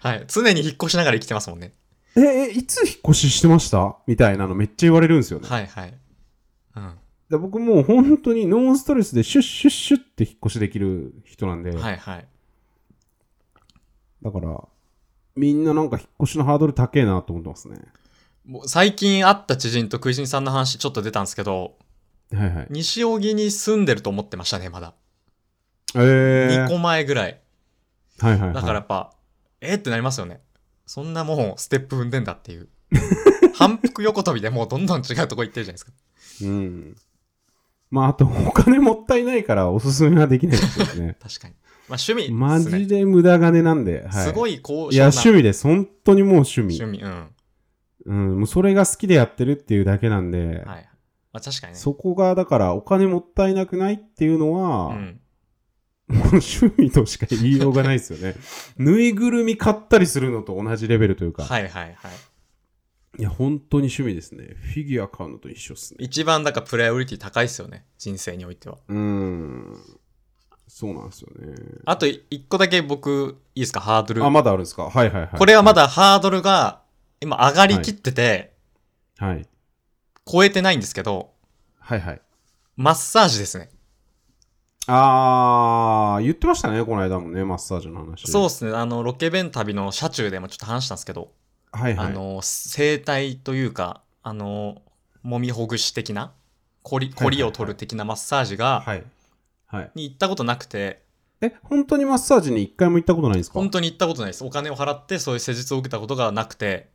A: はい。常に引っ越しながら生きてますもんね。
B: え、え、いつ引っ越ししてましたみたいなのめっちゃ言われるんですよね。
A: はいはい。うん。
B: で僕もう本当にノンストレスでシュッシュッシュッって引っ越しできる人なんで、
A: はいはい。
B: だから、みんななんか引っ越しのハードル高えなと思ってますね。
A: もう最近会った知人と食いしんさんの話ちょっと出たんですけど、
B: はいはい。
A: 西荻に住んでると思ってましたね、まだ。
B: えー
A: 2。個前ぐらい。
B: はいはい、はい。
A: だからやっぱ、えーってなりますよね。そんなもうステップ踏んでんだって いう。反復横跳びでもうどんどん違うとこ行ってるじゃないですか。。
B: うん。まあ、あと、お金もったいないから、おすすめはできないですよね
A: 確かに。まあ趣味
B: マ
A: です
B: ジ
A: ね。
B: で無駄金なんで。はい、
A: すごい高
B: いや、
A: 尚
B: 趣
A: な
B: 味です。本当にもう趣味。
A: 趣味。うん。
B: うん、もうそれが好きでやってるっていうだけなんで、
A: はい。まあ確かにね。
B: そこが、だから、お金もったいなくないっていうのは、
A: う
B: も
A: ん。
B: う趣味としか言いようがないですよ ね。ぬいぐるみ買ったりするのと同じレベルというか、
A: はいはいはい。
B: い、や、本当に趣味ですね。フィギュア買うのと一緒っすね。
A: 一番だからプライオリティ高いですよね。人生においては。
B: うん。そうなんですよね。
A: あとい一個だけ僕、いいですか、ハードル。
B: あ、まだあるんですかはいはいはい。
A: これはまだハードルが今上がりきってて、
B: はい。
A: 超えてないんですけど、
B: はいはい。
A: マッサージですね。
B: あー、言ってましたね、この間もね、マッサージの話。
A: そうですね。あの、ロケ弁旅の車中でもちょっと話したんですけど、
B: はいはい。
A: あの、整体というか、あの、揉みほぐし的な、こり、こりを取る的なマッサージが、
B: はい。はい。
A: に行ったことなくて、
B: え、本当にマッサージに一回も行ったことないんですか
A: 本当に行ったことないです。お金を払ってそういう施術を受けたことがなくて、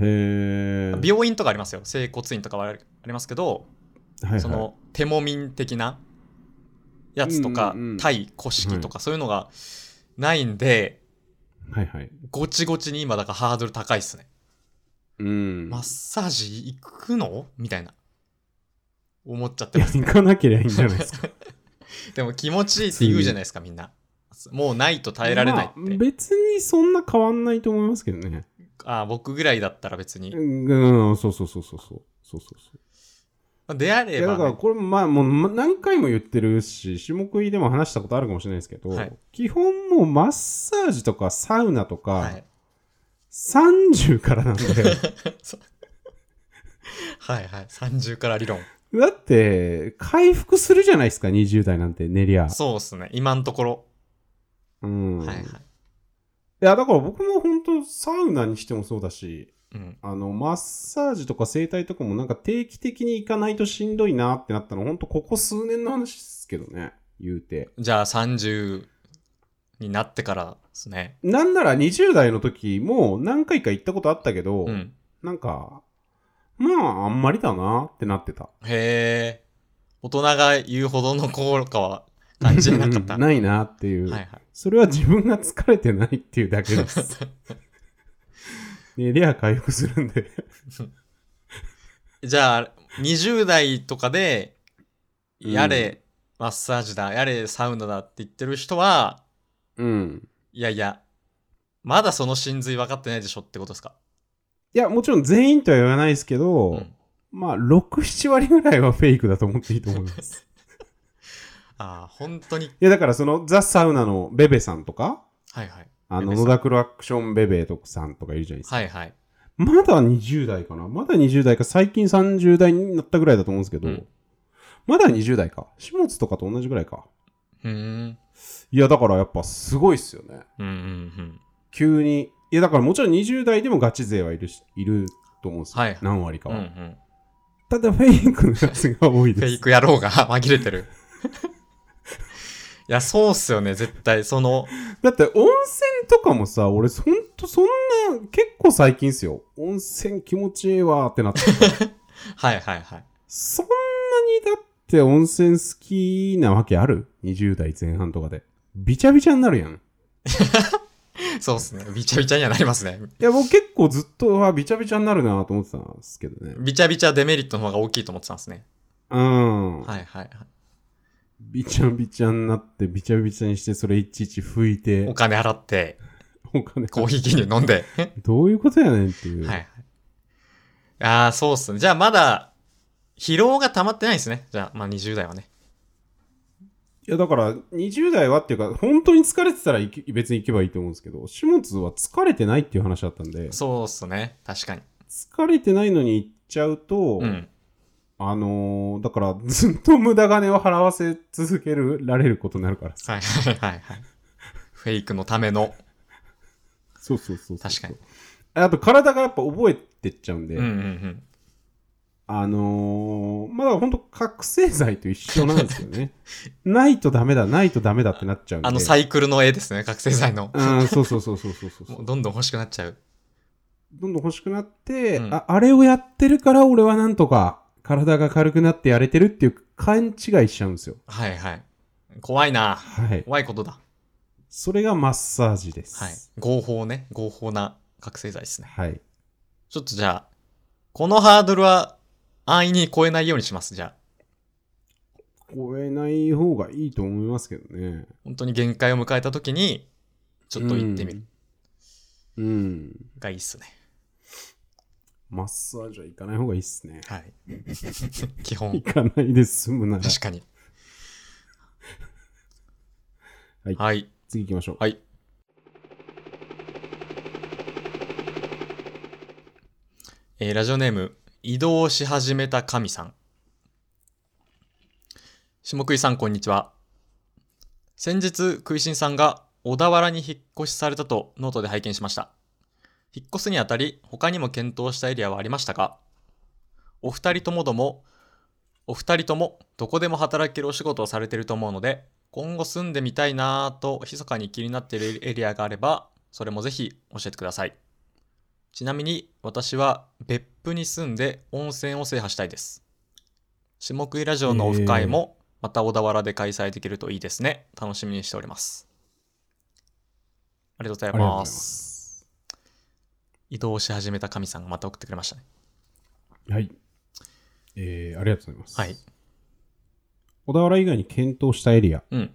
B: へー。
A: 病院とかありますよ。整骨院とかはありますけど、
B: はいはい、
A: その手もみん的なやつとか
B: うんうんうん
A: 対古式とかそういうのがないんで
B: はいはい。
A: ごちごちに今だからハードル高いっすね
B: うん。
A: マッサージ行くのみたいな思っちゃって
B: いや、
A: ます
B: 行かなければいいんじゃないですか。
A: でも気持ちいいって言うじゃないですかみんなもうないと耐えられないって、
B: まあ別にそんな変わんないと思いますけどね。
A: ああ僕ぐらいだったら別に、
B: うんうん、そうそうそうそうそう。そうそうそう。
A: まあであ
B: い
A: れ
B: やだから
A: ば、ね、
B: これ、まあ、もうま何回も言ってるし、下食いでも話したことあるかもしれないですけど、
A: はい
B: 基本もうマッサージとかサウナとか、
A: はい
B: 30からなんだ よ。
A: そうはいはい。30から理論。
B: だって、回復するじゃないですか、20代なんて練りゃ。
A: そうっすね。今のところ。
B: うん。
A: はいはいい。
B: や、だから僕も本当サウナにしてもそうだし、
A: うん。
B: あの、マッサージとか整体とかもなんか定期的に行かないとしんどいなってなったの、本当ここ数年の話ですけどね、言うて。
A: じゃあ30になってからですね。
B: なんなら20代の時も何回か行ったことあったけど、
A: うん。
B: なんか、まあ、あんまりだなってなってた。
A: へえ。大人が言うほどの効果は感じなかった。は
B: うん ないなっていう。
A: いはい。
B: それは自分が疲れてないっていうだけ です。ね、レア回復するんで。
A: じゃあ、20代とかで、やれ、マッサージだ、やれ、サウナだって言ってる人は、
B: うん。
A: いやいや、まだその真髄分かってないでしょってことですか。
B: いや、もちろん全員とは言わないですけど、
A: うん
B: まあ、6、7割ぐらいはフェイクだと思っていいと思い ます。
A: ああ、本当に。
B: いや、だからその、ザ・サウナのベベさんとか、
A: はいはい。
B: あ
A: ベ
B: の、
A: ベさ
B: 野
A: ん
B: 田クロアクションベベさんとかいるじゃないですか。
A: はいはい。
B: まだ20代かなまだ20代か、最近30代になったぐらいだと思うんですけど、
A: うん
B: まだ20代か。始末とかと同じぐらいか。
A: うーん。
B: いや、だからやっぱすごいっすよね。
A: うんうんうん。
B: 急に。いや、だからもちろん20代でもガチ勢はいるし、いると思うんですよ。
A: はい
B: 何割か
A: うん
B: は。
A: うん、
B: ただフェイクのやつが多い
A: フ
B: で
A: ェ
B: す
A: イ。ク野郎が 紛れてる。いや、そうっすよね、絶対。その、
B: だって温泉とかもさ、俺ほんとそんな、結構最近っすよ。温泉気持ちいいわーってなって。
A: はいはいはい。
B: そんなにだって温泉好きなわけある ?20 代前半とかで。びちゃびちゃになるやん。
A: そうっすね。びちゃびちゃにはなりますね。
B: いや、僕結構ずっと、あ、びちゃびちゃになるなと思ってたんですけどね。
A: びちゃびちゃデメリットの方が大きいと思ってたんですね。
B: うん。
A: はいはいはい。
B: びちゃびちゃになって、びちゃびちゃにして、それいちいち拭いて
A: お、金払って、
B: お金
A: コーヒー牛乳飲んで。
B: どういうことやねんっていう。
A: はいはい。ああ、そうっすね。じゃあまだ、疲労が溜まってないですね。じゃあ、まあ20代はね。
B: いや、だから、20代はっていうか、本当に疲れてたら行き別に行けばいいと思うんですけど、始末は疲れてないっていう話だったんで、
A: そうっすね。確かに。
B: 疲れてないのに行っちゃうと、
A: うん。
B: あのー、だから、ずっと無駄金を払わせ続けるられることになるからさ。
A: はいはいはいはい。フェイクのための。
B: そうそうそうそう
A: 確かに。
B: あと、体がやっぱ覚えてっちゃうんで、
A: うんうんうん。
B: あのー、まだ本当覚醒剤と一緒なんですよね。 ないとダメだ、ないとダメだってなっちゃうんで。
A: あのサイクルの絵ですね、覚醒剤の。
B: うん、そうそうそうそうそうそうそう
A: もうどんどん欲しくなっちゃう。
B: どんどん欲しくなって、
A: うん
B: あ、あれをやってるから俺はなんとか体が軽くなってやれてるっていう勘違いしちゃうんですよ。
A: はいはい。怖いな。
B: はい。
A: 怖いことだ。
B: それがマッサージです。
A: はい。合法ね。合法な覚醒剤ですね。
B: はい。
A: ちょっとじゃあ、このハードルは安易に超えないようにします。じゃあ、
B: 超えない方がいいと思いますけどね。
A: 本当に限界を迎えた時に、ちょっと行ってみる
B: うん。うん。
A: がいいっすね。
B: マッサージは行かない方がいいっすね。
A: はい。 基
B: 行
A: 本、
B: かないで済むなら。
A: 確かに。
B: はい
A: はい。
B: 次行きましょう。
A: はいえーラジオネーム、移動し始めた神さん。下食いさん、こんにちは。先日、食いしんさんが小田原に引っ越しされたとノートで拝見しました。引っ越すにあたり、他にも検討したエリアはありましたかお二人ともども、お二人ともどこでも働けるお仕事をされていると思うので、今後住んでみたいなぁと密かに気になっているエリアがあれば、それもぜひ教えてください。ちなみに私は別府に住んで温泉を制覇したいです。下食いラジオのオフ会もまた小田原で開催できるといいですね。楽しみにしております。ありがとうござ
B: ありがとうご
A: い
B: ざ
A: ま。
B: いますす。
A: 移動し始めた神さんがまた送ってくれましたね。
B: はい。えー、ありがとうございます。
A: はい。
B: 小田原以外に検討したエリア。
A: うん。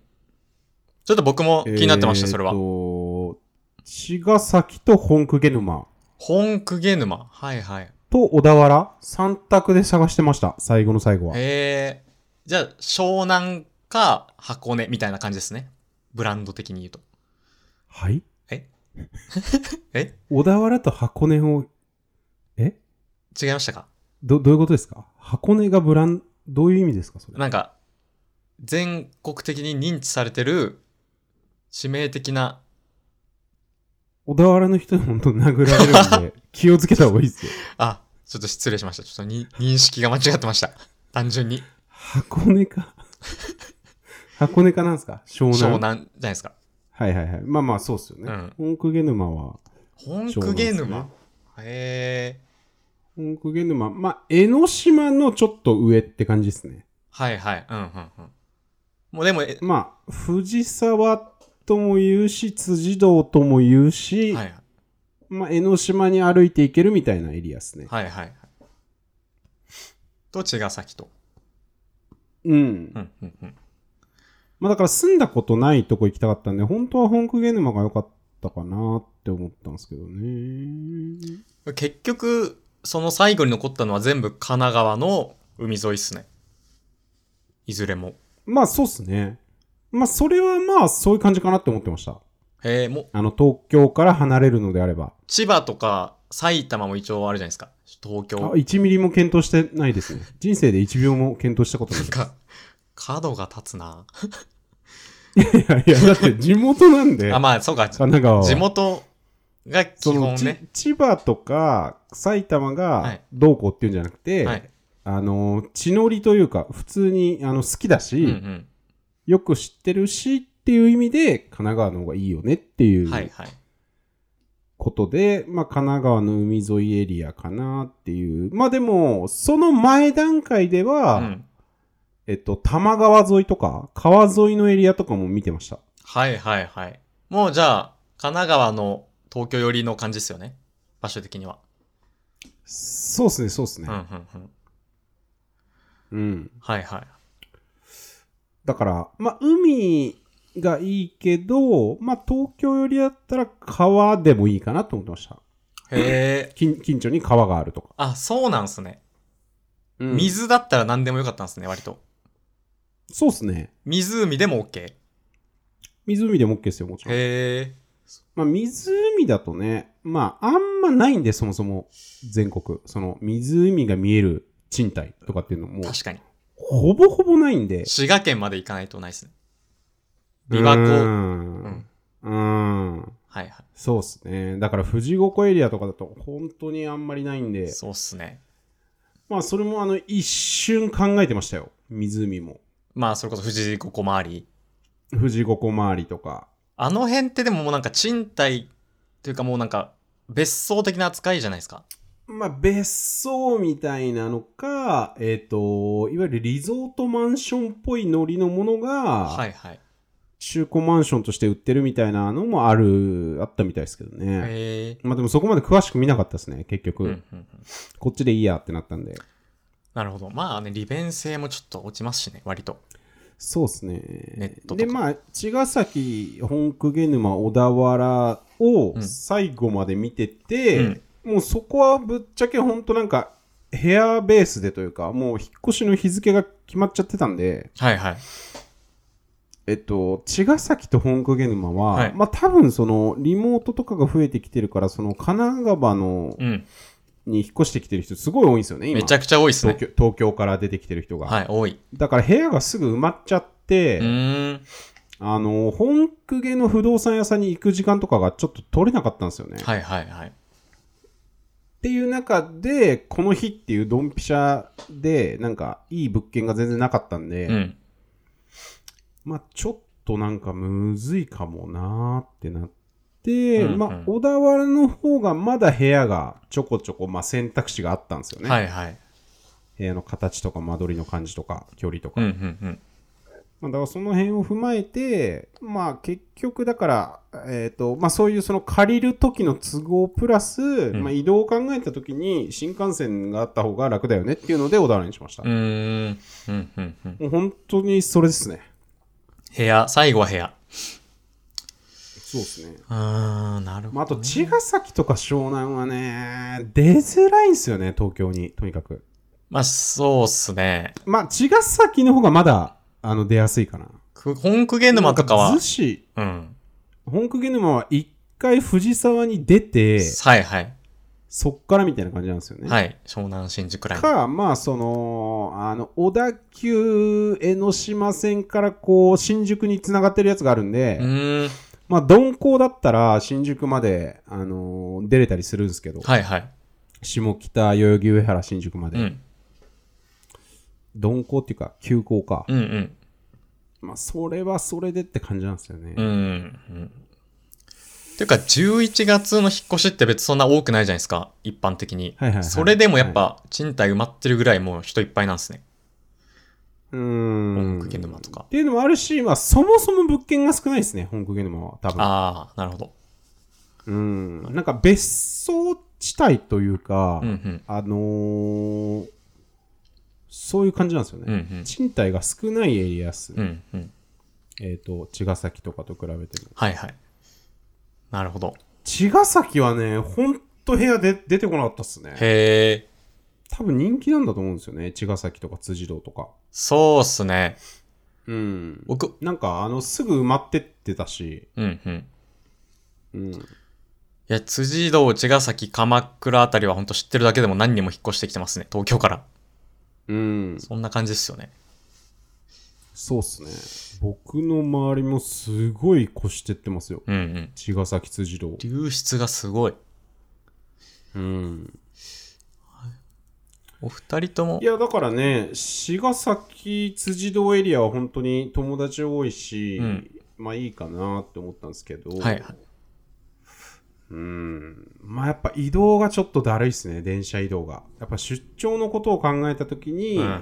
A: ちょっと僕も気になってました、それは
B: え。ーと茅ヶ崎と本久毛沼
A: 本公家沼。はいはい。
B: と小田原、三択で探してました。最後の最後は。
A: えー、じゃあ、湘南か箱根みたいな感じですね。ブランド的に言うと。
B: はい
A: ええ
B: 小田原と箱根を、え
A: 違いましたか
B: ど、どういうことですか箱根がブラン、どういう意味ですかそれ。
A: なんか、全国的に認知されてる致命的な、
B: 小田原の人に本当に殴られる んで、気をつけた方がいいですよ。
A: あ、ちょっと失礼しました。ちょっとに認識が間違ってました。単純に。
B: 箱根か。 箱根かなんですか湘南。
A: 湘南じゃないですか。
B: はいはいはい。まあまあ、そうっすよね。
A: うん
B: 本公家沼は、
A: 本久ゲ
B: 湘南
A: 沼へえ。
B: 本公家沼、まあ、江ノ島のちょっと上って感じですね。
A: はいはい。うんうんうん。もうでも、え
B: まあ、藤沢とも言うし、辻堂とも言うし、
A: はい
B: まあ、江ノ島に歩いていけるみたいなエリアですね。
A: はいはい。と、茅ヶ崎と。
B: うん
A: う。んうんうん。
B: まあだから住んだことないとこ行きたかったんで、本当は本公家沼が良かったかなって思ったんですけどね。
A: 結局、その最後に残ったのは全部神奈川の海沿いっすね。いずれも。
B: まあそうっすね。まあそれはまあそういう感じかなって思ってました。
A: へえ、もう、
B: あの東京から離れるのであれば。
A: 千葉とか埼玉も一応あるじゃないですか。東
B: あ、
A: 京。なん
B: 1ミリも検討してないですね。人生で1秒も検討したことない。
A: か、角が立つな。
B: いやいや、だって地元なんで。
A: あ、まあ、そうか。
B: 神奈川は
A: 地元が基
B: そ
A: 本
B: の、
A: ね。
B: ち千葉とか埼玉
A: は
B: が
A: い
B: どうこうっていうんじゃなくて、
A: はい。
B: あの地の利というか普通にあの好きだし、
A: うんうん。
B: よく知ってるしっていう意味で神奈川の方がいいよねってい
A: はい、
B: う
A: はい。
B: ことで、まあ、神奈川の海沿いエリアかなっていうまあでもその前段階では、
A: うん。
B: えっと多摩川沿いとか川沿いのエリアとかも見てました
A: はい、はい、はい。もうじゃあ、神奈川の東京寄りの感じですよね。場所的には。
B: そうっすねそうっすね
A: うん、う、ん、うん。
B: うん、
A: はい、はい。
B: だから、まあ、海がいいけど、まあ、東京よりだったら川でもいいかなと思ってました。
A: へえ。
B: 近近所に川があるとか。
A: あ、そうなんすね。水だったら何でもよかったんですね、割と。
B: そうっすね。
A: 湖でも OK。へ
B: 湖でも OK ですよ、もちろん。
A: え。
B: まあ、湖だとね、まあ、あんまないんで、そもそも全国。その、湖が見える賃貸とかっていうのも、
A: 確かに。
B: ほぼほぼないんで。
A: 滋賀県まで行かないとないですね。琵琶
B: う
A: 湖。
B: ー
A: うん
B: ん。うーん。
A: はいは
B: そうっすね。だから、富士五湖エリアとかだと、本当にあんまりないんで
A: い。。そうっすね。
B: まあそれもあの一瞬考えてましたよ。湖も。
A: まあ、それこそ富士五湖周り。
B: 富士五湖周りとか。
A: あの辺ってでももうなんか賃貸というかもうなんか別荘的な扱いじゃないですか。
B: まあ別荘みたいなのか、えっ、と、いわゆるリゾートマンションっぽいノリのもの
A: は
B: が、
A: いはい。
B: 中古マンションとして売ってるみたいなのもある、あったみたいですけどね。
A: へえ。
B: まあでもそこまで詳しく見なかったですね、結局。
A: うんうんうん。
B: こっちでいいやってなったんで。
A: なるほど。まあね、利便性もちょっと落ちますしね、割と。
B: そうですね。
A: ネットとか
B: で、まあ、茅ヶ崎、本久毛沼、小田原
A: う
B: を
A: ん
B: 最後まで見てて、
A: うん
B: もうそこはぶっちゃけほんとなんか、部屋ベースでというか、もう引っ越しの日付が決まっちゃってたんで、
A: はいはい。
B: えっと、茅ヶ崎と本久毛沼は、
A: はい
B: まあ多分その、リモートとかが増えてきてるから、その、神奈川の、
A: うん。
B: に引っ越してきてる人すごい多いんですよね、今。
A: めちゃくちゃ多いっすね
B: 東。京東京から出てきてる人が、
A: はい、多い。
B: だから部屋がすぐ埋まっちゃって、
A: うーん。
B: あの、本公家の不動産屋さんに行く時間とかがちょっと取れなかったんですよね。っ
A: はいはいはい。
B: ていう中で、この日っていうドンピシャで、なんかいい物件が全然なかったんで、
A: うん。
B: まあちょっとなんかむずいかもなーってなって、
A: うんうん
B: まあ小田原の方がまだ部屋がちょこちょこ、まあ選択肢があったんですよね。
A: はいはい。
B: 部屋の形とか間取りの感じとか距離とか
A: うん。うんうん。
B: まあ、だからその辺を踏まえて、まあ結局だから、えっ、と、まあそういうその借りる時の都合プラス、
A: ん
B: まあ移動を考えた時に新幹線があった方が楽だよねっていうので小田原にしました。
A: うーん。うんうんうん。
B: もう本当にそれですね。
A: 部屋、最後は部屋。
B: そうですね。
A: あー、なるほど、ね。
B: まあ、あと、茅ヶ崎とか湘南はね、出づらいんですよね、東京に、とにかく。
A: まあ、そうっすね。
B: まあ、茅ヶ崎の方がまだ、あの、出やすいかな。
A: く本久ゲ沼とかは
B: なん。逗子、
A: うん。
B: 本久ゲ沼は一回藤沢に出て、
A: はいはい。
B: そっからみたいな感じなんですよね。
A: はい。湘南新宿ライン。
B: か、まあ、その、あの、小田急江ノ島線からこう、新宿に繋がってるやつがあるんで、
A: うーん。
B: まあ、鈍行だったら新宿まで、あのー出れたりするんですけど、
A: はいはい。
B: 下北、代々木、上原、新宿ま
A: う
B: で。
A: ん。
B: 鈍行っていうか、急行か。
A: うんうん。
B: まあ、それはそれでって感じなんですよね。
A: うんうん。てか、11月の引っ越しって別にそんな多くないじゃないですか、一般的に。
B: はいはいはい
A: それでもやっぱ、賃貸埋まってるぐらいもう人いっぱいなんですね。
B: う
A: 本
B: ん。
A: 国沼
B: っ
A: とか。
B: ていうのもあるし、まあ、そもそも物件が少ないですね、本国沼は。多分。
A: ああ、なるほど。
B: うん。なんか、別荘地帯というか、
A: うんうん。
B: あのーそういう感じなんですよね。
A: うんうん。
B: 賃貸が少ないエリアっす、
A: うんうん。
B: えっ、と、茅ヶ崎とかと比べても。
A: はいはい。なるほど。
B: 茅ヶ崎はね、ほんと部屋で出てこなかったっすね。
A: へえ。
B: 多分人気なんだと思うんですよね。茅ヶ崎とか辻堂とか。
A: そうっすね。
B: うん。
A: 僕、
B: なんか、あの、すぐ埋まってってたし。
A: うんうん。い
B: うん。
A: や、辻堂、茅ヶ崎、鎌倉あたりは本当知ってるだけでも何人も引っ越してきてますね。東京から。
B: うん。
A: そんな感じですよね。
B: そうっすね。僕の周りもすごい越してってますよ。
A: うんうん。
B: 茅ヶ崎辻堂。
A: 流出がすごい。
B: うん。
A: お二人とも
B: い。や、だからね、茅ヶ崎辻堂エリアは本当に友達多いし、
A: うん
B: まあいいかなって思ったんですけど、
A: はいはい。
B: うん。まあやっぱ移動がちょっとだるいっすね、電車移動が。やっぱ出張のことを考えたときに、
A: うん。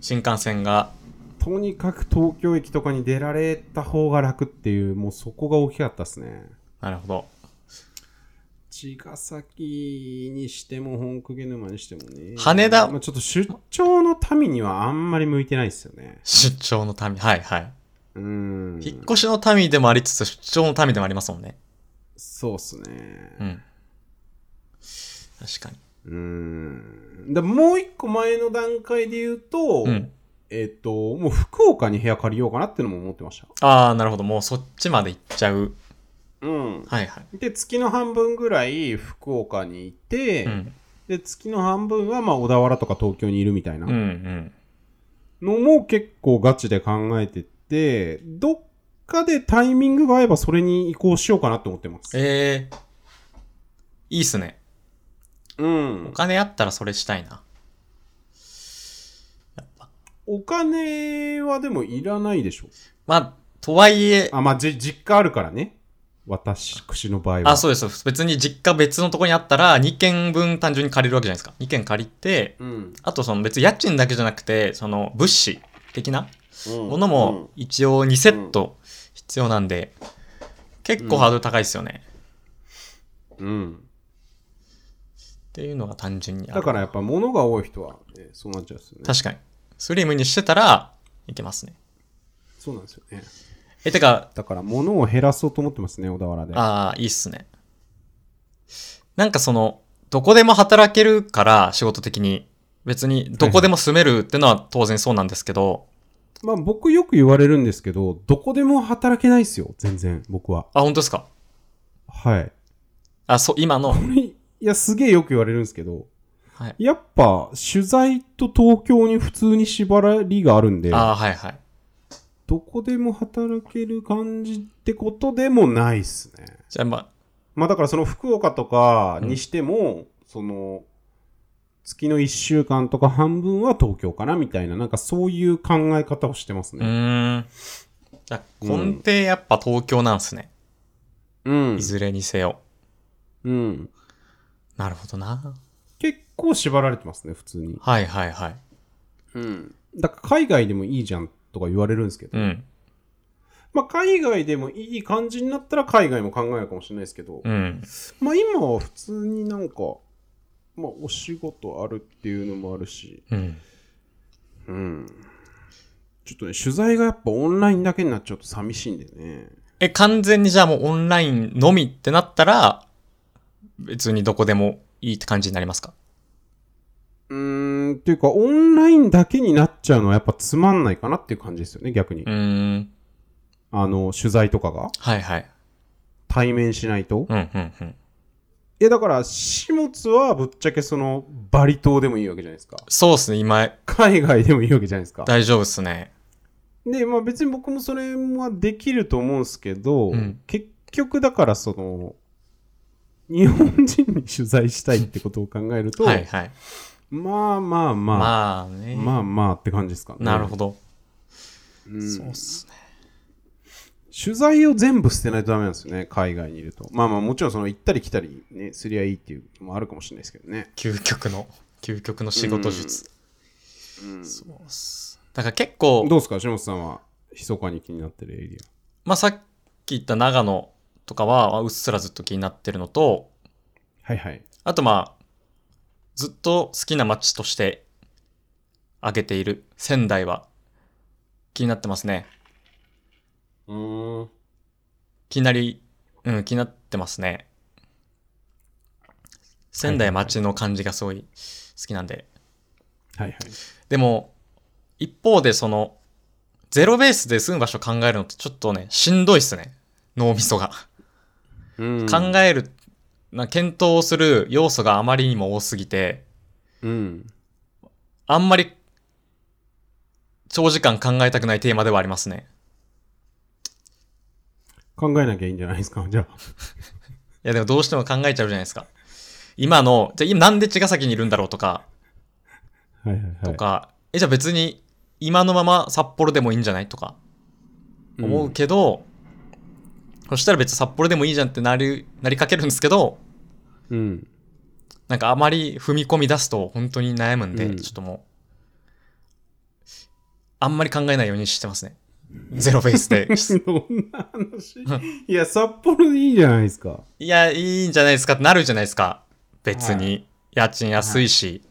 A: 新幹線が、
B: とにかく東京駅とかに出られた方が楽っていう、もうそこが大きかったっすね。
A: なるほど。
B: 茅ヶ崎にしても、本鵠沼にしてもね。
A: 羽田
B: まあ、ちょっと出張の民にはあんまり向いてないっすよね。
A: 出張の民。はいはい。
B: うん。
A: 引っ越しの民でもありつつ、出張の民でもありますもんね。
B: そうっすね。
A: うん。確かに。
B: うーん。でもう一個前の段階で言うと、
A: うん。
B: えっ、と、もう福岡に部屋借りようかなってのも思ってました。
A: ああ、なるほど。もうそっちまで行っちゃう。
B: うん。
A: はいはい。
B: で、月の半分ぐらい福岡にいて、
A: うん。
B: で、月の半分はまあ小田原とか東京にいるみたいな
A: うんうん。
B: のも結構ガチで考えてて、どっかでタイミングが合えばそれに移行しようかなって思ってます。
A: ええー。いいっすね。
B: う
A: お
B: ん。
A: 金あったらそれしたいな。
B: お金はでもいらないでしょ。
A: まあ、とはいえ、
B: あ、まあ、じ、実家あるからね。私、私の場合は。
A: あ、そうですそうです。別に実家別のとこにあったら、2軒分単純に借りるわけじゃないですか。2軒借りて、
B: うん。
A: あとその別に家賃だけじゃなくて、その物資的なも
B: も
A: のも一応2セット必要なんで、結構ハードル高いですよね。
B: うん。
A: っていうのが単純にある。
B: だからやっぱ物が多い人は、ね、そうなっちゃうんですよね。
A: 確かに。スリムにしてたらいけますね。
B: そうなんですよね。
A: え、てか、
B: だから物を減らそうと思ってますね、小田原で。
A: ああ、いいっすね。なんかその、どこでも働けるから、仕事的に。別に、どこでも住めるってのは当然そうなんですけど、
B: まあ僕よく言われるんですけど、どこでも働けないですよ、全然、僕は。
A: あ、本当ですか
B: はい。
A: あ、そう、今の
B: こ、れ、いや、すげえよく言われるんですけど、
A: はい。
B: やっぱ取材と東京に普通に縛りがあるんで、
A: ああ、はいはい。
B: どこでも働ける感じってことでもないっすね。
A: じゃあ、まあ、
B: まあだからその福岡とかにしても、その月の1週間とか半分は東京かなみたいな、なんかそういう考え方をしてます
A: う
B: ね。
A: ーん。じゃあ、
B: うん
A: 根底やっぱ東京なんすね。
B: うん
A: い。ずれにせよ。
B: うん。
A: なるほどな。
B: 結構縛られてますね、普通に。
A: はいはいはい。
B: うん。だから海外でもいいじゃんとか言われるんですけど、
A: うん。
B: まあ海外でもいい感じになったら海外も考えるかもしれないですけど、
A: うん。
B: まあ今は普通になんか、まあお仕事あるっていうのもあるし、
A: うん。
B: うん。ちょっとね、取材がやっぱオンラインだけになっちゃうと寂しいんでね。
A: え、完全にじゃあもうオンラインのみってなったら、別にどこでもいいって感じになりますか
B: うーん、っていうか、オンラインだけになっちゃうのはやっぱつまんないかなっていう感じですよね、逆に。
A: うーん。
B: あの、取材とかが。
A: はいはい。
B: 対面しないと。
A: うんうんうん。
B: え、だから、始末はぶっちゃけその、バリ島でもいいわけじゃないですか。
A: そうっすね、今、
B: 海外でもいいわけじゃないですか。
A: 大丈夫っすね。
B: で、まあ別に僕もそれはできると思うんですけど、
A: うん
B: 結局だからその、日本人に取材したいってことを考えると、
A: はいはい。
B: まあまあまあ、
A: まあね。
B: まあまあって感じですかね。
A: なるほど。
B: うん
A: そうっすね。
B: 取材を全部捨てないとダメなんですよね、海外にいると。まあまあもちろんその行ったり来たりね、すりゃいいっていうのもあるかもしれないですけどね。
A: 究極の、究極の仕事術。
B: うん
A: そうっす。だから結構、
B: どうですか、下本さんは、密かに気になってるエリ
A: まあさっき言った長野とかは、うっすらずっと気になってるのと、
B: ア。はいはい。
A: あとまあ、ずっと好きな街として挙げている仙台は気になってますね。
B: うーん。
A: 気になり、うん、気になってますね。仙台街の感じがすごい好きなんで。
B: はいはい。
A: でも、一方でその、ゼロベースで住む場所考えるのってちょっとね、しんどいっすね。脳みそが。
B: うん
A: 考える、な検討する要素があまりにも多すぎて、
B: うん。
A: あんまり長時間考えたくないテーマではありますね。
B: 考えなきゃいいんじゃないですか、じゃあ。
A: いやでもどうしても考えちゃうじゃないですか。今の、じゃあ今なんで茅ヶ崎にいるんだろうとか、
B: はいはいはい。
A: とか、え、じゃあ別に今のまま札幌でもいいんじゃないとか思うけど、そしたら別に札幌でもいいじゃんってなり、なりかけるんですけど、
B: うん。うん。
A: なんかあまり踏み込み出すと本当に悩むんで、
B: うん
A: ちょっともう、あんまり考えないようにしてますね。ゼロベース で。
B: そんな話。いや、札幌でいいじゃないですか。
A: いや、いいんじゃないですかってなるじゃないですか。別に。
B: は
A: 家賃安いし、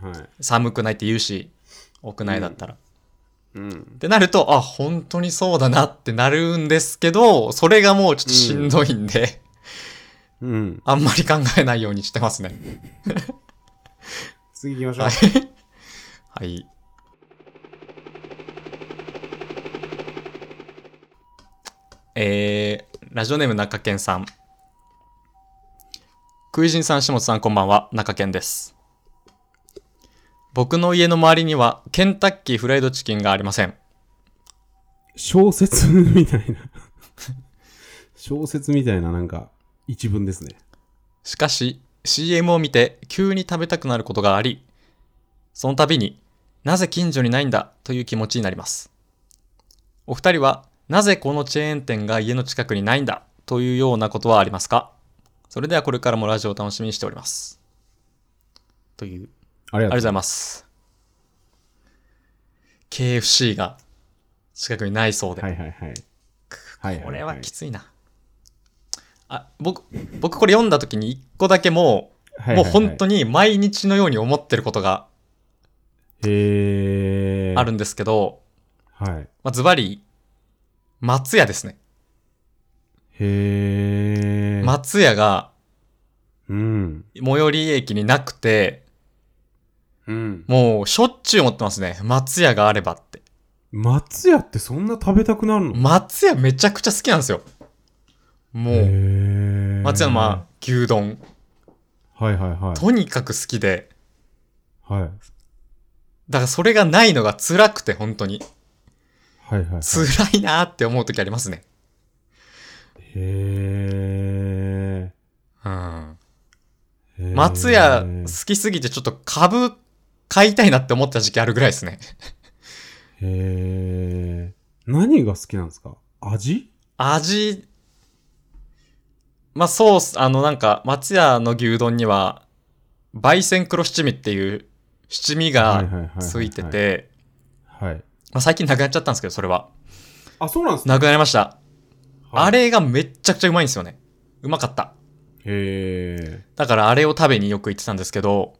B: はい。
A: 寒くないって言うし、屋内だったら。
B: うん
A: っ。てなると、あ、本当にそうだなってなるんですけど、それがもうちょっとしんどいんで、
B: うん。
A: あんまり考えないようにしてますね。
B: 次行きましょう。
A: はい。 はい。えー、ラジオネーム中堅さん。クイジンさん、下本さん、こんばんは。中堅です。僕の家の周りには、ケンタッキーフライドチキンがありません。
B: 小説みたいな。小説みたいな、なんか、一文ですね。
A: しかし、CM を見て急に食べたくなることがあり、その度になぜ近所にないんだという気持ちになります。お二人は、なぜこのチェーン店が家の近くにないんだというようなことはありますかそれではこれからもラジオを楽しみにしております。という、あ
B: あり
A: りがとうござい
B: ま
A: ます。KFC が近くにないそうで。
B: はいはいはい。はいはい
A: これはきついな。あ、僕、僕これ読んだ時に一個だけもう、
B: はい
A: もう本当
B: に。
A: に毎日のように思ってることが
B: へー。
A: ある。んですけど、
B: はい。
A: まあ、ズバリ、松屋ですね。
B: へー。、
A: 松屋が
B: うん。
A: 最寄り駅になくて、
B: うん。
A: もうしょっちゅう思ってますね。松屋があればって。
B: 松屋ってそんな食べたくなるの
A: 松屋めちゃくちゃ好きなんですよ。もう、
B: へー。
A: 松屋のまあ、牛丼。
B: あ。はいはいは
A: とにかく好きで、
B: い。はい。
A: だからそれがないのが辛くて、本当に。
B: はいはいはい。
A: 辛いなーって思う時ありますね。
B: へ
A: うん。
B: ー。
A: 松屋
B: へ
A: 好
B: ー
A: きすぎてちょっと株買いたいなって思った時期あるぐらいですね。
B: へー。何が好きなんですか味
A: 味、まあそうっす、あのなんか、松屋の牛丼には、焙煎黒七味っていう七味
B: はいはいはい
A: が
B: はい
A: ついて。て、
B: はい。
A: まあ最近なくなっちゃったんですけど、それは。
B: あ、そうなんですね。
A: なくなりました。
B: はい
A: あれがめっちゃくちゃうまいんですよね。うまかった。
B: へ
A: だからあれを食べによく行ってたんですけど、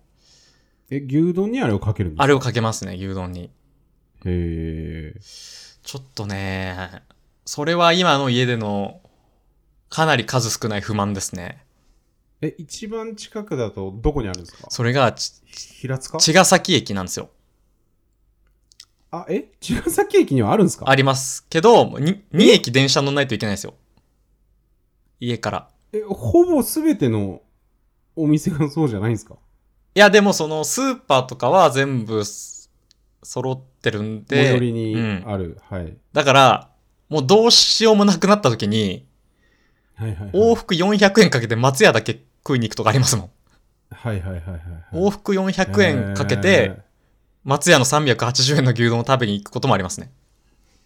B: ー。え、牛丼にあれをかけるんですか
A: あれをかけますね、牛丼に。
B: へー。
A: ちょっとね、それは今の家での、かなり数少ない不満ですね。
B: え、一番近くだとどこにあるんですか
A: それがち、
B: 平塚
A: 茅ヶ崎駅なんですよ。
B: あ、え茅ヶ崎駅にはあるんですか
A: ありますけど、に2駅電車乗んないといけないんですよ。家から。
B: え、ほぼすべてのお店がそうじゃないんですか
A: いや、でもそのスーパーとかは全部す揃ってるん
B: 最寄り
A: で、
B: に
A: うん
B: ある。はい。
A: だから、もうどうしようもなくなった時に、
B: はいはい、は
A: 往
B: い。
A: 復400円かけて松屋だけ食いに行くとかありますもん。
B: はいはいはいはいはい。
A: 往復400円かけて、松屋の380円の牛丼を食べに行くこともありますね。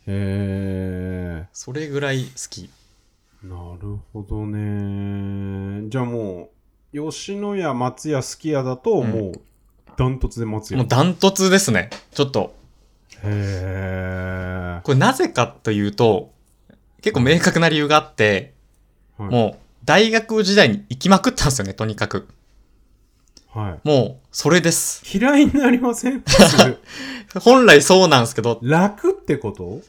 B: へー。へ
A: それぐらい好き。
B: ーなるほどね。じゃあもう、吉野家、松屋、すき家だと、
A: うん
B: もう、ダントツで松屋。
A: もうダントツですね。ちょっと、
B: へ
A: これなぜかというと、結構明確な理由があって、
B: ー。はい、
A: もう大学時代に行きまくったんですよね、とにかく。
B: は
A: もう、それです。
B: い。嫌いになりません それ
A: 本来そうなんですけど、
B: 楽ってこと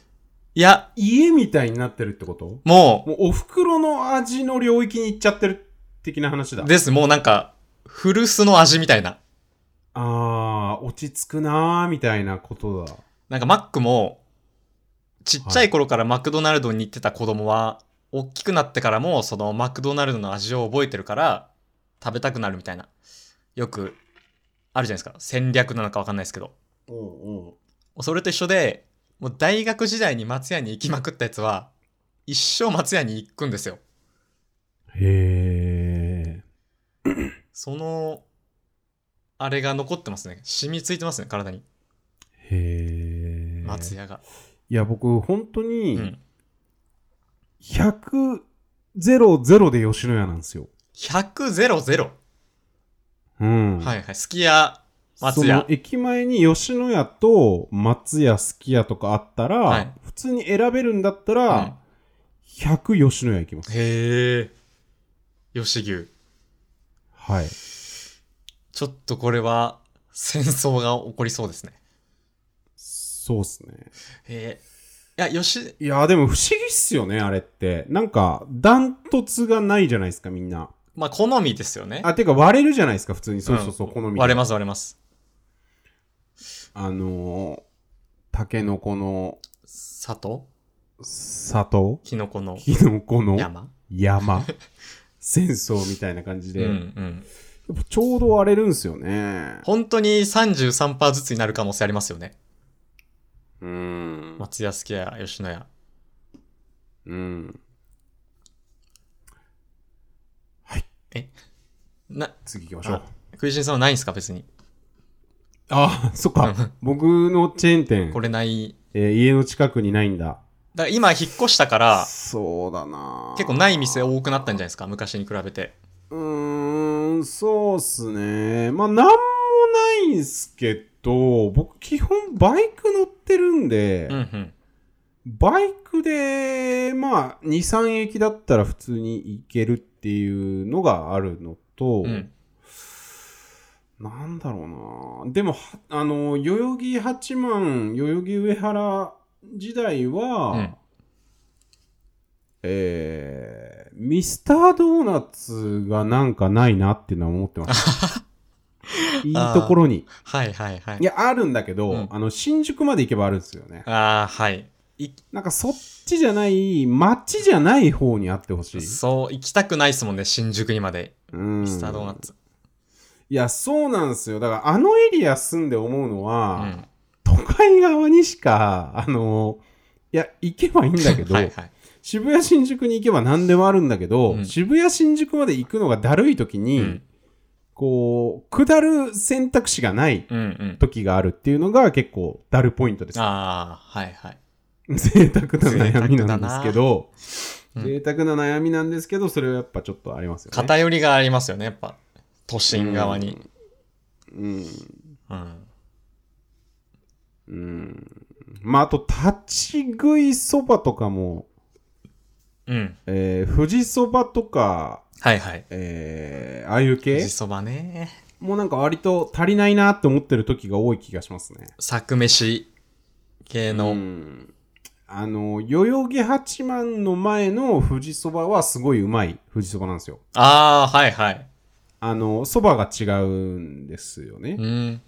A: いや、
B: 家みたいになってるってこと
A: も
B: もうお袋の味の領域に行っちゃってる的な話だ。
A: う、です、もうなんか、古巣の味みたいな。
B: あー、落ち着くなーみたいなことだ。
A: なんかマックも、ちっちゃい頃からマクドナルドに行ってた子供は、大きくなってからも、そのマクドナルドの味を覚えてるから、食べたくなるみたいな。よく、あるじゃないですか。戦略なのかわかんないですけど。
B: うんうん。
A: それと一緒で、もう大学時代に松屋に行きまくったやつは、一生松屋に行くんですよ。
B: へ
A: その、あれが残ってますね。染みついてますね、体に。
B: ー。へー。
A: 松屋が。
B: いや、僕、本当
A: う
B: に、
A: ん。
B: 100、00で吉野家なんですよ。
A: 100ゼロゼロ。
B: うん。
A: はいはい。すき家、松屋
B: その駅前に吉野家と松屋、すき家とかあったら、
A: はい
B: 普通に選べるんだったら、
A: うん
B: 100吉野家行きます。
A: へえ。吉牛。
B: はい。
A: ちょっとこれは、戦争が起こりそうですね。
B: そうっすね。
A: へえ。いや、吉、
B: いやーでも不思議っすよね、あれって。なんか、ダントツがないじゃないですか、みんな。
A: まあ、好みですよね。
B: あ、てか割れるじゃないですか、普通に。そうそうそう、
A: ん
B: 好みで。
A: 割れます割れます。
B: あのー、タケノコの
A: 砂糖
B: 里
A: キノコの
B: キノコの
A: 山
B: 山戦争みたいな感じ
A: う
B: で。
A: んうん。
B: やっぱちょうど割れるんすよね。
A: 本当に33%ずつになる可能性ありますよね。
B: うん。
A: 松屋、すき家、吉野家。
B: うん。
A: な、
B: 次行きましょう。
A: 食いしんさんはないんですか別に。
B: ああ、 そっ
A: う
B: か
A: ん。
B: 僕のチェーン店
A: こ、れない。
B: えー家の近くにないんだ。
A: だから今引っ越したから、
B: そうだな
A: 結構ない店多くなったんじゃないですか昔に比べて。
B: うーん、そうっすね。まあ、なんもないんすけど、僕基本バイク乗ってるんで、
A: うんうん。
B: バイクで、まあ、2、3駅だったら普通に行けるっていうのがあるのと、
A: うん
B: なんだろうなでも、はあの、代々木八幡、代々木上原時代は、
A: うん
B: えー、ミスタードーナツがなんかないなっていうのは思ってます。 いいところに。
A: はいはいはい
B: い。や、あるんだけど、
A: うん
B: あの、新宿まで行けばあるんですよね。
A: ああ、はい。い
B: なんかそっちじゃない、街じゃない方にあってほしい。
A: そう、行きたくないですもんね、新宿にまで。
B: うん。
A: ミスタードーナツ。
B: いや、そうなんですよ。だから、あのエリア住んで思うの
A: う
B: は、
A: ん。
B: 都会側にしか、あの、いや、行けばいいんだけど、
A: はいはい。
B: 渋谷新宿に行けば何でもあるんだけど、
A: うん
B: 渋谷新宿まで行くのがだるい時
A: う
B: に、
A: ん。
B: こう、下る選択肢がない
A: うんうん。
B: 時があるっていうのが結構だるポイントです。
A: ああ、はいはい。
B: 贅沢な悩みなんですけど、
A: うん
B: 贅沢な悩みなんですけど、それはやっぱちょっとありますよね。
A: 偏りがありますよね、やっぱ。都心側に。
B: うん。
A: うん。
B: うん。まあ、あと、立ち食いそばとかも、
A: うん。
B: えー、富士そばとか、
A: はいはい。
B: えー、ああいう
A: 富
B: 系
A: 士そばね。
B: もうなんか割と足りないなって思ってる時が多い気がしますね。
A: 作飯系の。
B: うんあの、代々木八幡の前の富士そばはすごいうまい富士そばなんですよ。
A: ああ、はいはい。
B: あの、そばが違うんですよね
A: う。ん。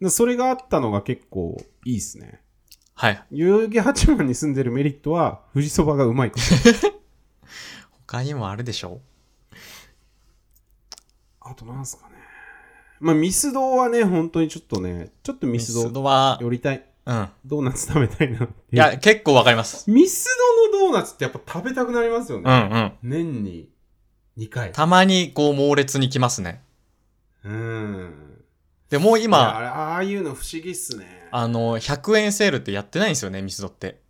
B: でそれがあったのが結構いいですね。
A: はい。
B: 代々木八幡に住んでるメリットは富士そばがうまいこと。
A: 他にもあるでしょ
B: あとなんすかね。まあ、ミスドはね、本当にちょっとね、ちょっとミスド
A: は、
B: 寄りたい。
A: うん。
B: ドーナツ食べたいなっていう
A: いや、結構わかります。
B: ミスドのドーナツってやっぱ食べたくなりますよ
A: う
B: ね。
A: んうん。
B: 年に2回。
A: たまに、こう、猛烈に来ますね。
B: うん。
A: で、もう
B: いやあ
A: 今、
B: れああいうの不思議っすね。
A: あの、100円セールってやってないんですよね、ミスドって。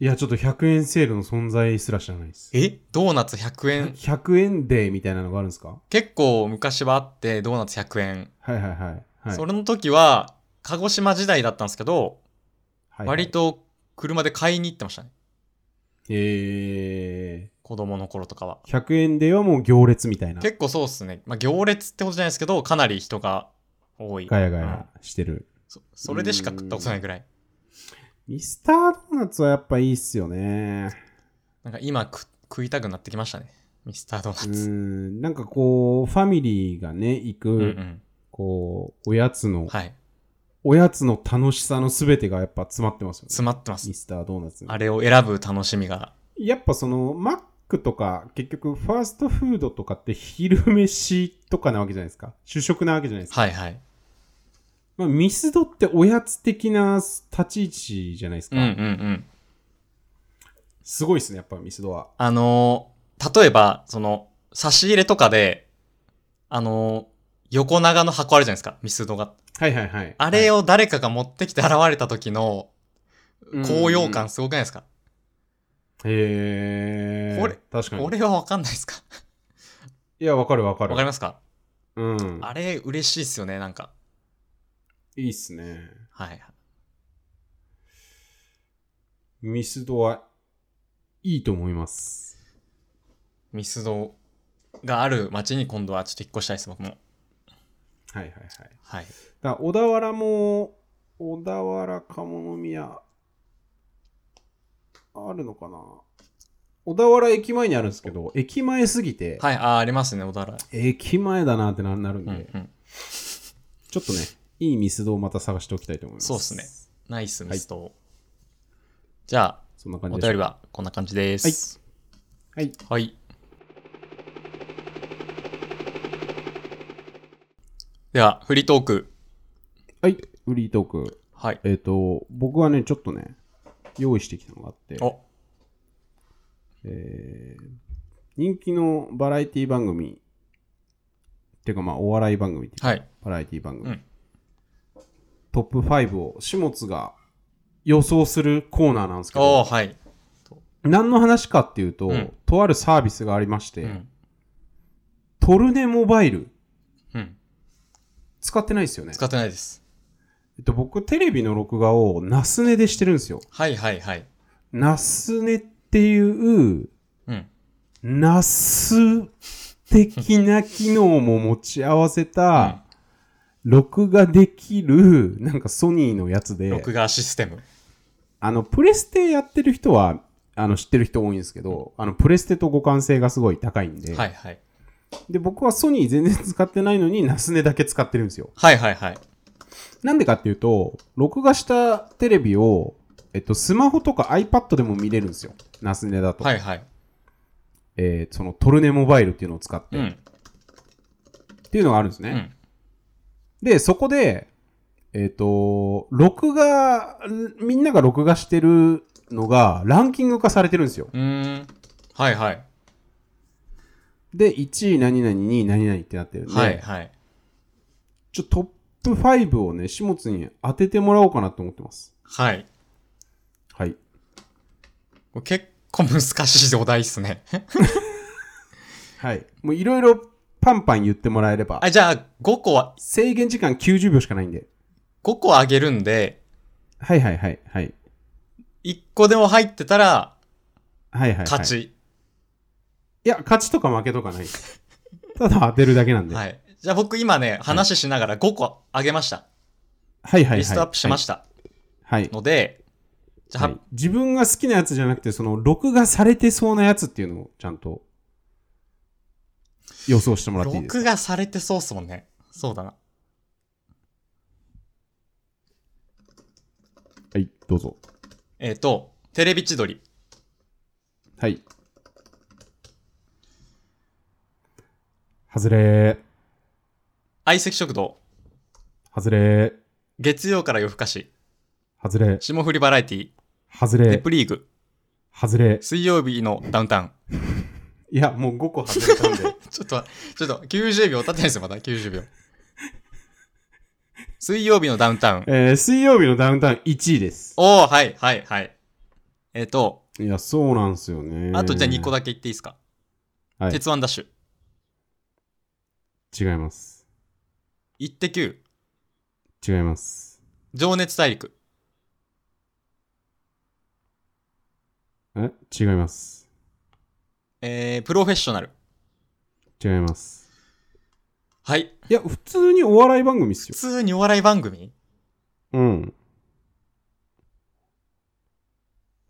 B: いや、ちょっと100円セールの存在すら知らないです。
A: えドーナツ100円。
B: 100円デーみたいなのがあるんですか
A: 結構昔はあって、ドーナツ100円。
B: はいはいはい。はい、
A: それの時は、鹿児島時代だったんですけど、
B: はいはい
A: 割。と車で買いに行ってましたね。
B: え
A: 子供の頃とかは。
B: ー、100円デーはもう行列みたいな。
A: 結構そうっすね。まあ、行列ってことじゃないですけど、かなり人が多い。
B: ガヤガ
A: うん
B: ヤしてる。
A: そそれでしか食ったことないぐらい。
B: ミスタードーナツはやっぱいいっすよね。
A: なんか今食食いたくなってきましたね。ミスタードー
B: う
A: ナツ。
B: ん。なんかこう、ファミリーがね、行く、
A: うんうん。
B: こう、おやつの、
A: はい。
B: おやつの楽しさのすべてがやっぱ詰まってますよね。
A: 詰まってます
B: ミ。スタードーナツに。
A: あれを選ぶ楽しみが。
B: やっぱその、マックとか、結局、ファーストフードとかって昼飯とかなわけじゃないですか。主食なわけじゃないですか。
A: はいはい。
B: まあ、ミスドっておやつ的な立ち位置じゃないです
A: う
B: か。
A: んうんうん。
B: すごいですね、やっぱミスドは。
A: あのー例えば、その、差し入れとかで、あのー横長の箱あるじゃないですか。ミスドが。
B: はいはいはい。
A: あれを誰かが持ってきて現れた時の
B: うん
A: 高揚感すごくないですか、
B: へえ。
A: これ
B: 確かに。
A: 俺はわかんないですか
B: いや、わかるわかる。
A: わかりますか
B: うん。
A: あれ嬉しいっすよね、なんか。
B: いいっすね。
A: はい。
B: ミスドはいいと思います。
A: ミスドがある街に今度はちょっと引っ越したいです、僕も。
B: はいはいはい。だ
A: はい。
B: から小田原も、小田原鴨宮、あるのかな小田原駅前にあるんですけど、駅前すぎて、
A: はい、あー、ありますね、小田原。
B: 駅前だなってななるん
A: う
B: で、
A: んうん。
B: ちょっとね、いいミスドをまた探しておきたいと思います。
A: そうっすねナイス、
B: い
A: ミスド。じゃあ、
B: そんな感
A: お
B: じでしょ
A: 便
B: う
A: りはこんな感じです。
B: はい。
A: はい。では、フリートーク。
B: はい、フリートーク。
A: はい。
B: えっ、と、僕はね、ちょっとね、用意してきたのがあって、
A: お、
B: えー人気のバラエティ番組、っていうかまあお笑い番組っていうか
A: はい。
B: バラエティ番組、
A: うん
B: トップ5を下津が予想するコーナーなんですけ
A: おー、
B: ど、
A: はい。
B: 何の話かっていうと、
A: うん
B: とあるサービスがありまして、
A: うん。
B: トルネモバイル、
A: うん。
B: 使ってないですよね。
A: 使ってないです。
B: えっと、僕、テレビの録画をナスネでしてるんですよ。
A: はいはいはい。
B: ナスネっていう、
A: うん。
B: ナス的な機能も持ち合わせた、録画できる、なんかソニーのやつで、
A: 録画システム。
B: あの、プレステやってる人は、あの、知ってる人多いんですけど、あの、プレステと互換性がすごい高いんで、
A: はいはい。
B: で、僕はソニー全然使ってないのに、ナスネだけ使ってるんですよ。
A: はいはいはい。
B: なんでかっていうと、録画したテレビを、えっと、スマホとか iPad でも見れるんですよ。ナスネだと。
A: はいはい。
B: えーそのトルネモバイルっていうのを使って、
A: う
B: っ
A: ん。
B: ていうのがあるんです
A: う
B: ね。
A: ん。
B: で、そこで、えっ、と、録画、んみんなが録画してるのが、ランキング化されてるんですよ。
A: うーん。はいはい。
B: で、1位何々、2位何々ってなってるんで、
A: はいはい。
B: ちょっとトップ5をね、始末に当ててもらおうかなと思ってます。
A: はい。
B: はい。
A: これ結構難しいお題っす ね。
B: はい。もういろいろパンパン言ってもらえれば
A: あ、、じゃあ、5個は、
B: 制限時間90秒しかないんで。
A: 5個あげるんで、
B: はいはいはいはい。
A: 1個でも入ってたら、
B: はいはい、はい。
A: 勝。ち。
B: いや、勝ちとか負けとかないです。ただ当てるだけなんで。はい、
A: はい。じゃあ僕今ね、話しながら5個あげました。
B: はい、はい。
A: リストアップしました。
B: はい。はい
A: ので、じゃあ、
B: はい自分が好きなやつじゃなくて、その、録画されてそうなやつっていうのをちゃんと予想してもらっていいです
A: 録
B: か
A: 画されてそうっすもんね。そうだな。
B: はい、どうぞ。
A: えっ、と、テレビ千鳥。
B: はい。外れー。
A: 相席食堂、
B: 外れー。
A: 月曜から夜更かし、
B: 外れー。
A: 霜降りバラエティ、
B: 外
A: デ
B: れー。
A: プリーグ、
B: 外れー。
A: 水曜日のダウンタウン。
B: いや、もう5個外れた んで。
A: ちょっと、ちょっと、90秒経ってないですよ、まだ90秒。水曜日のダウンタウン。
B: えー、水曜日のダウンタウン1位です。
A: おー、はい、はい、はい。えっ、と、
B: いや、そうなんすよね。
A: あとじゃあ2個
B: だ。
A: だけ言っていいですか。
B: はい
A: 鉄腕ダッシュ、
B: 違います。
A: イッテ Q、
B: 違います。
A: 情熱大陸、
B: え違います。
A: えー、プロフェッショナル。
B: 違います。
A: はい。
B: いや、普通にお笑い番組っす
A: 普
B: よ。
A: 通にお笑い番組
B: うん。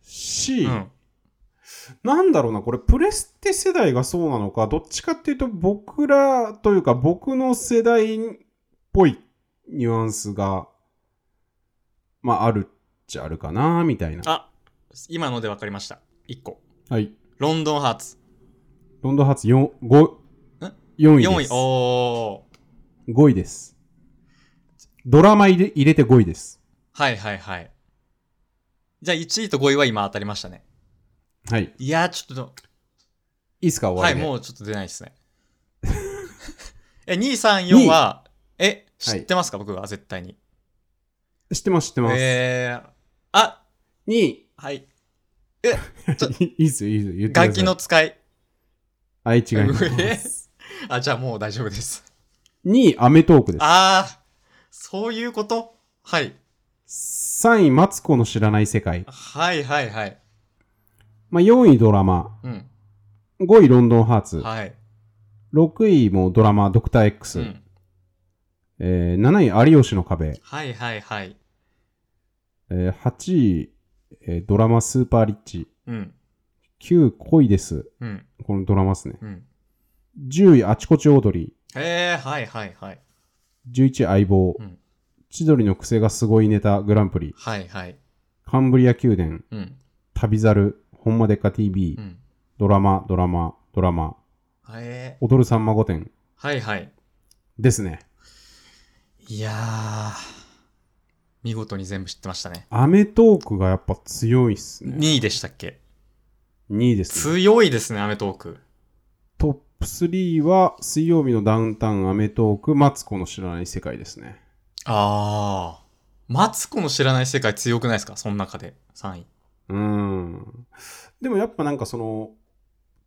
B: し、
A: うん。
B: なんだろうな、これ、プレステ世代がそうなのか、どっちかっていうと、僕らというか、僕の世代っぽいニュアンスが、まあ、あるっちゃあるかな、みたいな。
A: あ、今ので分かりました。1個。
B: はい。
A: ロンドンハーツ。
B: ロンドン発4、5
A: ん、
B: 4位
A: 4
B: で
A: 位。
B: す。
A: おー。
B: 5位です。ドラマ入れ入れて5位です。
A: はいはいはい。じゃあ1位と5位は今当たりましたね。
B: はい。い
A: いやー、ちょっと、
B: いっすか、終
A: は
B: わ
A: い、
B: りで。
A: もうちょっと出ないですね。え、2、3、4は、え、知ってますか、僕は絶対に。
B: 知ってます、知ってます。
A: えー、あ、
B: 2位。
A: はい。ちょ
B: いいっすよ、いいっすよ。言ってください
A: 楽器の。使い。
B: はい、違います。
A: あ、じゃあもう大丈夫です。
B: 2位、アメトークです。
A: あー、そういうことはい。
B: 3位、マツコの知らない世界。
A: はいはいはい。
B: まあ、4位、ドラマ。
A: うん。
B: 5位、ロンドンハーツ。
A: はい。
B: 6位もドラマ、ドクター X。
A: うん。
B: えー、7位、有吉の壁。
A: はいはいはい。
B: えー、8位、えードラマ、スーパーリッチ。
A: うん。
B: 9位、恋です。
A: うん。
B: このドラマですね。
A: うん。
B: 10位、あちこちオードリ
A: へえ、はいはいはい。
B: ー。11位、相棒。
A: うん
B: 千鳥の癖がすごいネタ、グランプリ。
A: はいはい。
B: カンブリア宮殿。
A: うん。
B: 旅猿。ほんまでっか TV、
A: うん。
B: ドラマ、ドラマ、ドラマ。
A: へえ。
B: 踊るさんま御殿。
A: はいはい。
B: ですね。
A: いやー。見事に全部知ってましたね。
B: アメトークがやっぱ強いっすね。
A: 2位でしたっけ
B: 2位ですね。
A: 強いですね、アメトーク。
B: トップ3は水曜日のダウンタウン、アメトーク、マツコの知らない世界ですね。
A: あー。マツコの知らない世界強くないですかその中で。3位。
B: うーん。でもやっぱなんかその、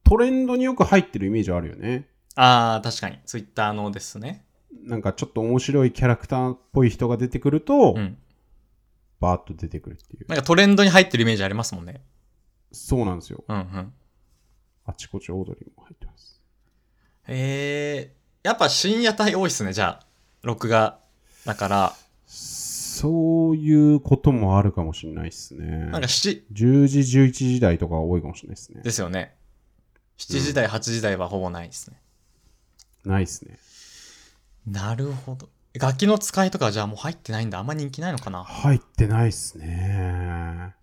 B: トレンドによく入ってるイメージはあるよね。
A: あー、確かに。ツイッターのですね。
B: なんかちょっと面白いキャラクターっぽい人が出てくると、
A: うん。
B: バーッと出てくるっていう。
A: なんかトレンドに入ってるイメージありますもんね。
B: そうなんですよ。
A: うんうん。
B: あちこちオードリーも入ってます。
A: えー。やっぱ深夜帯多いっすね、じゃあ。録画。だから、
B: そういうこともあるかもしれないっすね。
A: なんか7、
B: 10時、11時台とか多いかもしれないですね。
A: ですよね。7時台、8時台はほぼないですね。
B: ないっすね。
A: なるほど。楽器の使いとかはじゃあもう入ってないんだ。あんま人気ないのかな。
B: 入ってないっすね。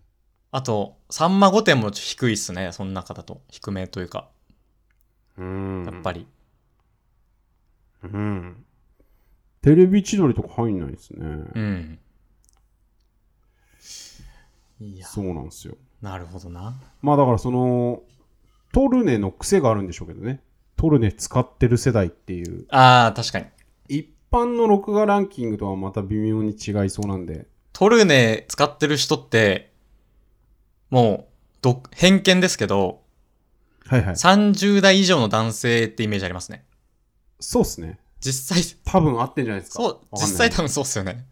A: あと、さんま御殿も低いっすね。その中だと。低めというか、
B: うん。
A: やっぱり。
B: うん。テレビ千鳥とか入んないですね。
A: うん。いや、
B: そうなんですよ。
A: なるほどな。
B: まあだからその、トルネの癖があるんでしょうけどね。トルネ使ってる世代っていう。
A: あー、確かに。
B: 一般の録画ランキングとはまた微妙に違いそうなんで。
A: トルネ使ってる人って、もう、ど、偏見ですけど、
B: はいはい。
A: 30代以上の男性ってイメージありますね。
B: そうっすね。
A: 実際、
B: 多分合ってんじゃないですか。
A: そう、
B: わかん
A: 実
B: ない
A: 際多分そうっすよね。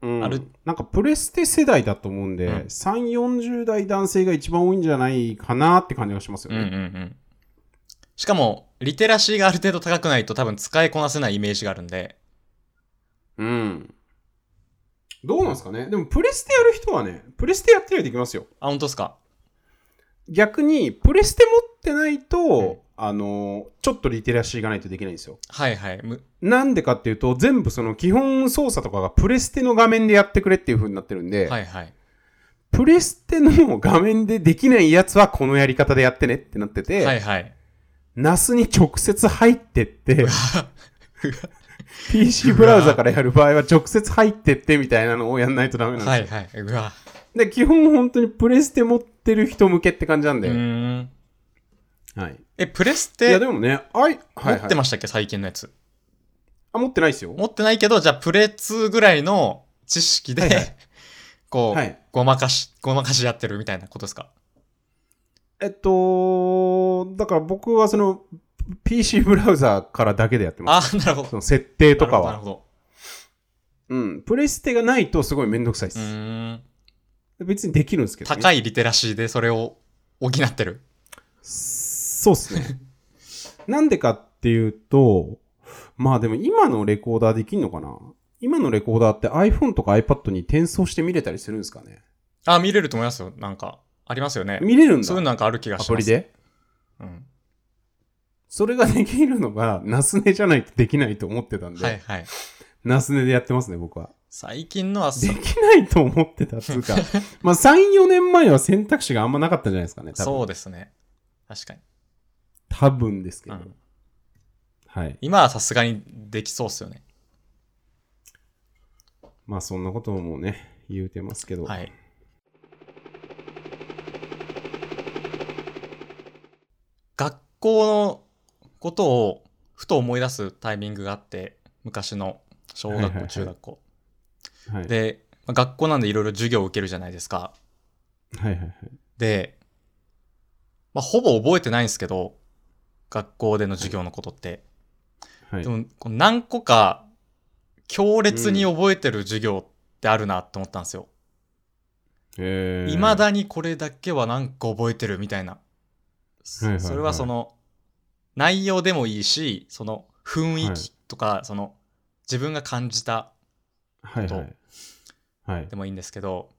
B: うん、
A: ある
B: なんかプレステ世代だと思うんで、
A: うん
B: 3、40代男性が一番多いんじゃないかなって感じがしますよ
A: うん
B: ね。
A: うんうん。しかも、リテラシーがある程度高くないと多分使いこなせないイメージがあるんで。
B: うん。どうなんですかねでもプレステやる人はね、プレステやってりゃできますよ。
A: あ、本当ですか
B: 逆に、プレステ持ってないと、
A: うん
B: あの、ちょっとリテラシーがないとできないんですよ。
A: はいはい。む
B: なんでかっていうと、全部その基本操作とかがプレステの画面でやってくれっていう風になってるんで、
A: はいはい。
B: プレステの画面でできないやつはこのやり方でやってねってなってて、
A: はいはい。
B: ナスに直接入って って、PC ブラウザからやる場合は直接入ってってみたいなのをやんないとダメなんですよ。
A: はいはい。うわ。
B: で、基本本当にプレステ持ってる人向けって感じなん
A: う
B: で。
A: ーん。
B: はい。
A: え、プレス
B: い
A: テ
B: や、でもね、あい、はい、はい。
A: 持ってましたっけ最近のやつ。
B: あ、持ってないですよ。
A: 持ってないけど、じゃあプレ2ぐらいの知識で、
B: はいはい
A: こう、
B: はい
A: ごまかし、ごまかしやってるみたいなことですか
B: えっと、だから僕はその、PC ブラウザからだけでやってます。
A: ああ、なるほど
B: そ。の設定とか
A: なる
B: は。
A: ほど。
B: うん。プレステがないとすごいめんどくさいで
A: なるほどう
B: す。
A: ーん。
B: 別にできるんですけど、ね。
A: 高いリテラシーでそれを補ってる。
B: そうっすね。 なんでかっていうと、まあでも今のレコーダーできんのかな今のレコーダーって iPhone とか iPad に転送して見れたりするんですかね
A: あ、見れると思いますよ。なんか、ありますよね。
B: 見れるんだ。
A: そういうのなんかある気が
B: ア
A: し
B: プ
A: ま
B: リ
A: す。
B: で
A: うん。
B: それができるのが、ナスネじゃないとできないと思ってたんで、
A: はいはい。
B: ナスネでやってますね、僕は。
A: 最近のはそ
B: できないと思ってたっつ うか、まあ3、4年前は選択肢があんまなかったんじゃないですかね、多分。
A: そうですね。確かに。
B: 多分ですけ
A: う
B: ど。
A: ん、
B: はい。
A: 今はさすがにできそうっすよね。
B: まあそんなこともね、言うてますけど。
A: はい。学校のことをふと思い出すタイミングがあって、昔の小学校、
B: はいはいはい
A: 中学校。
B: はい。はい
A: で、まあ学校なんでいろいろ授業を受けるじゃないですか。
B: はいはい。
A: で、まあ、ほぼ覚えてないんですけど、学校での授業のことって。
B: はい
A: で。も、こう何個か強烈に覚えてる授業ってあるなって思ったんですよ。
B: えー
A: 未だにこれだけはなんか覚えてるみたいな。そ
B: はいはいはい
A: それはその、内容でもいいし、その雰囲
B: はい
A: 気とか、その自分が感じた
B: はい
A: と
B: はい。はい
A: で。もいいんですけど、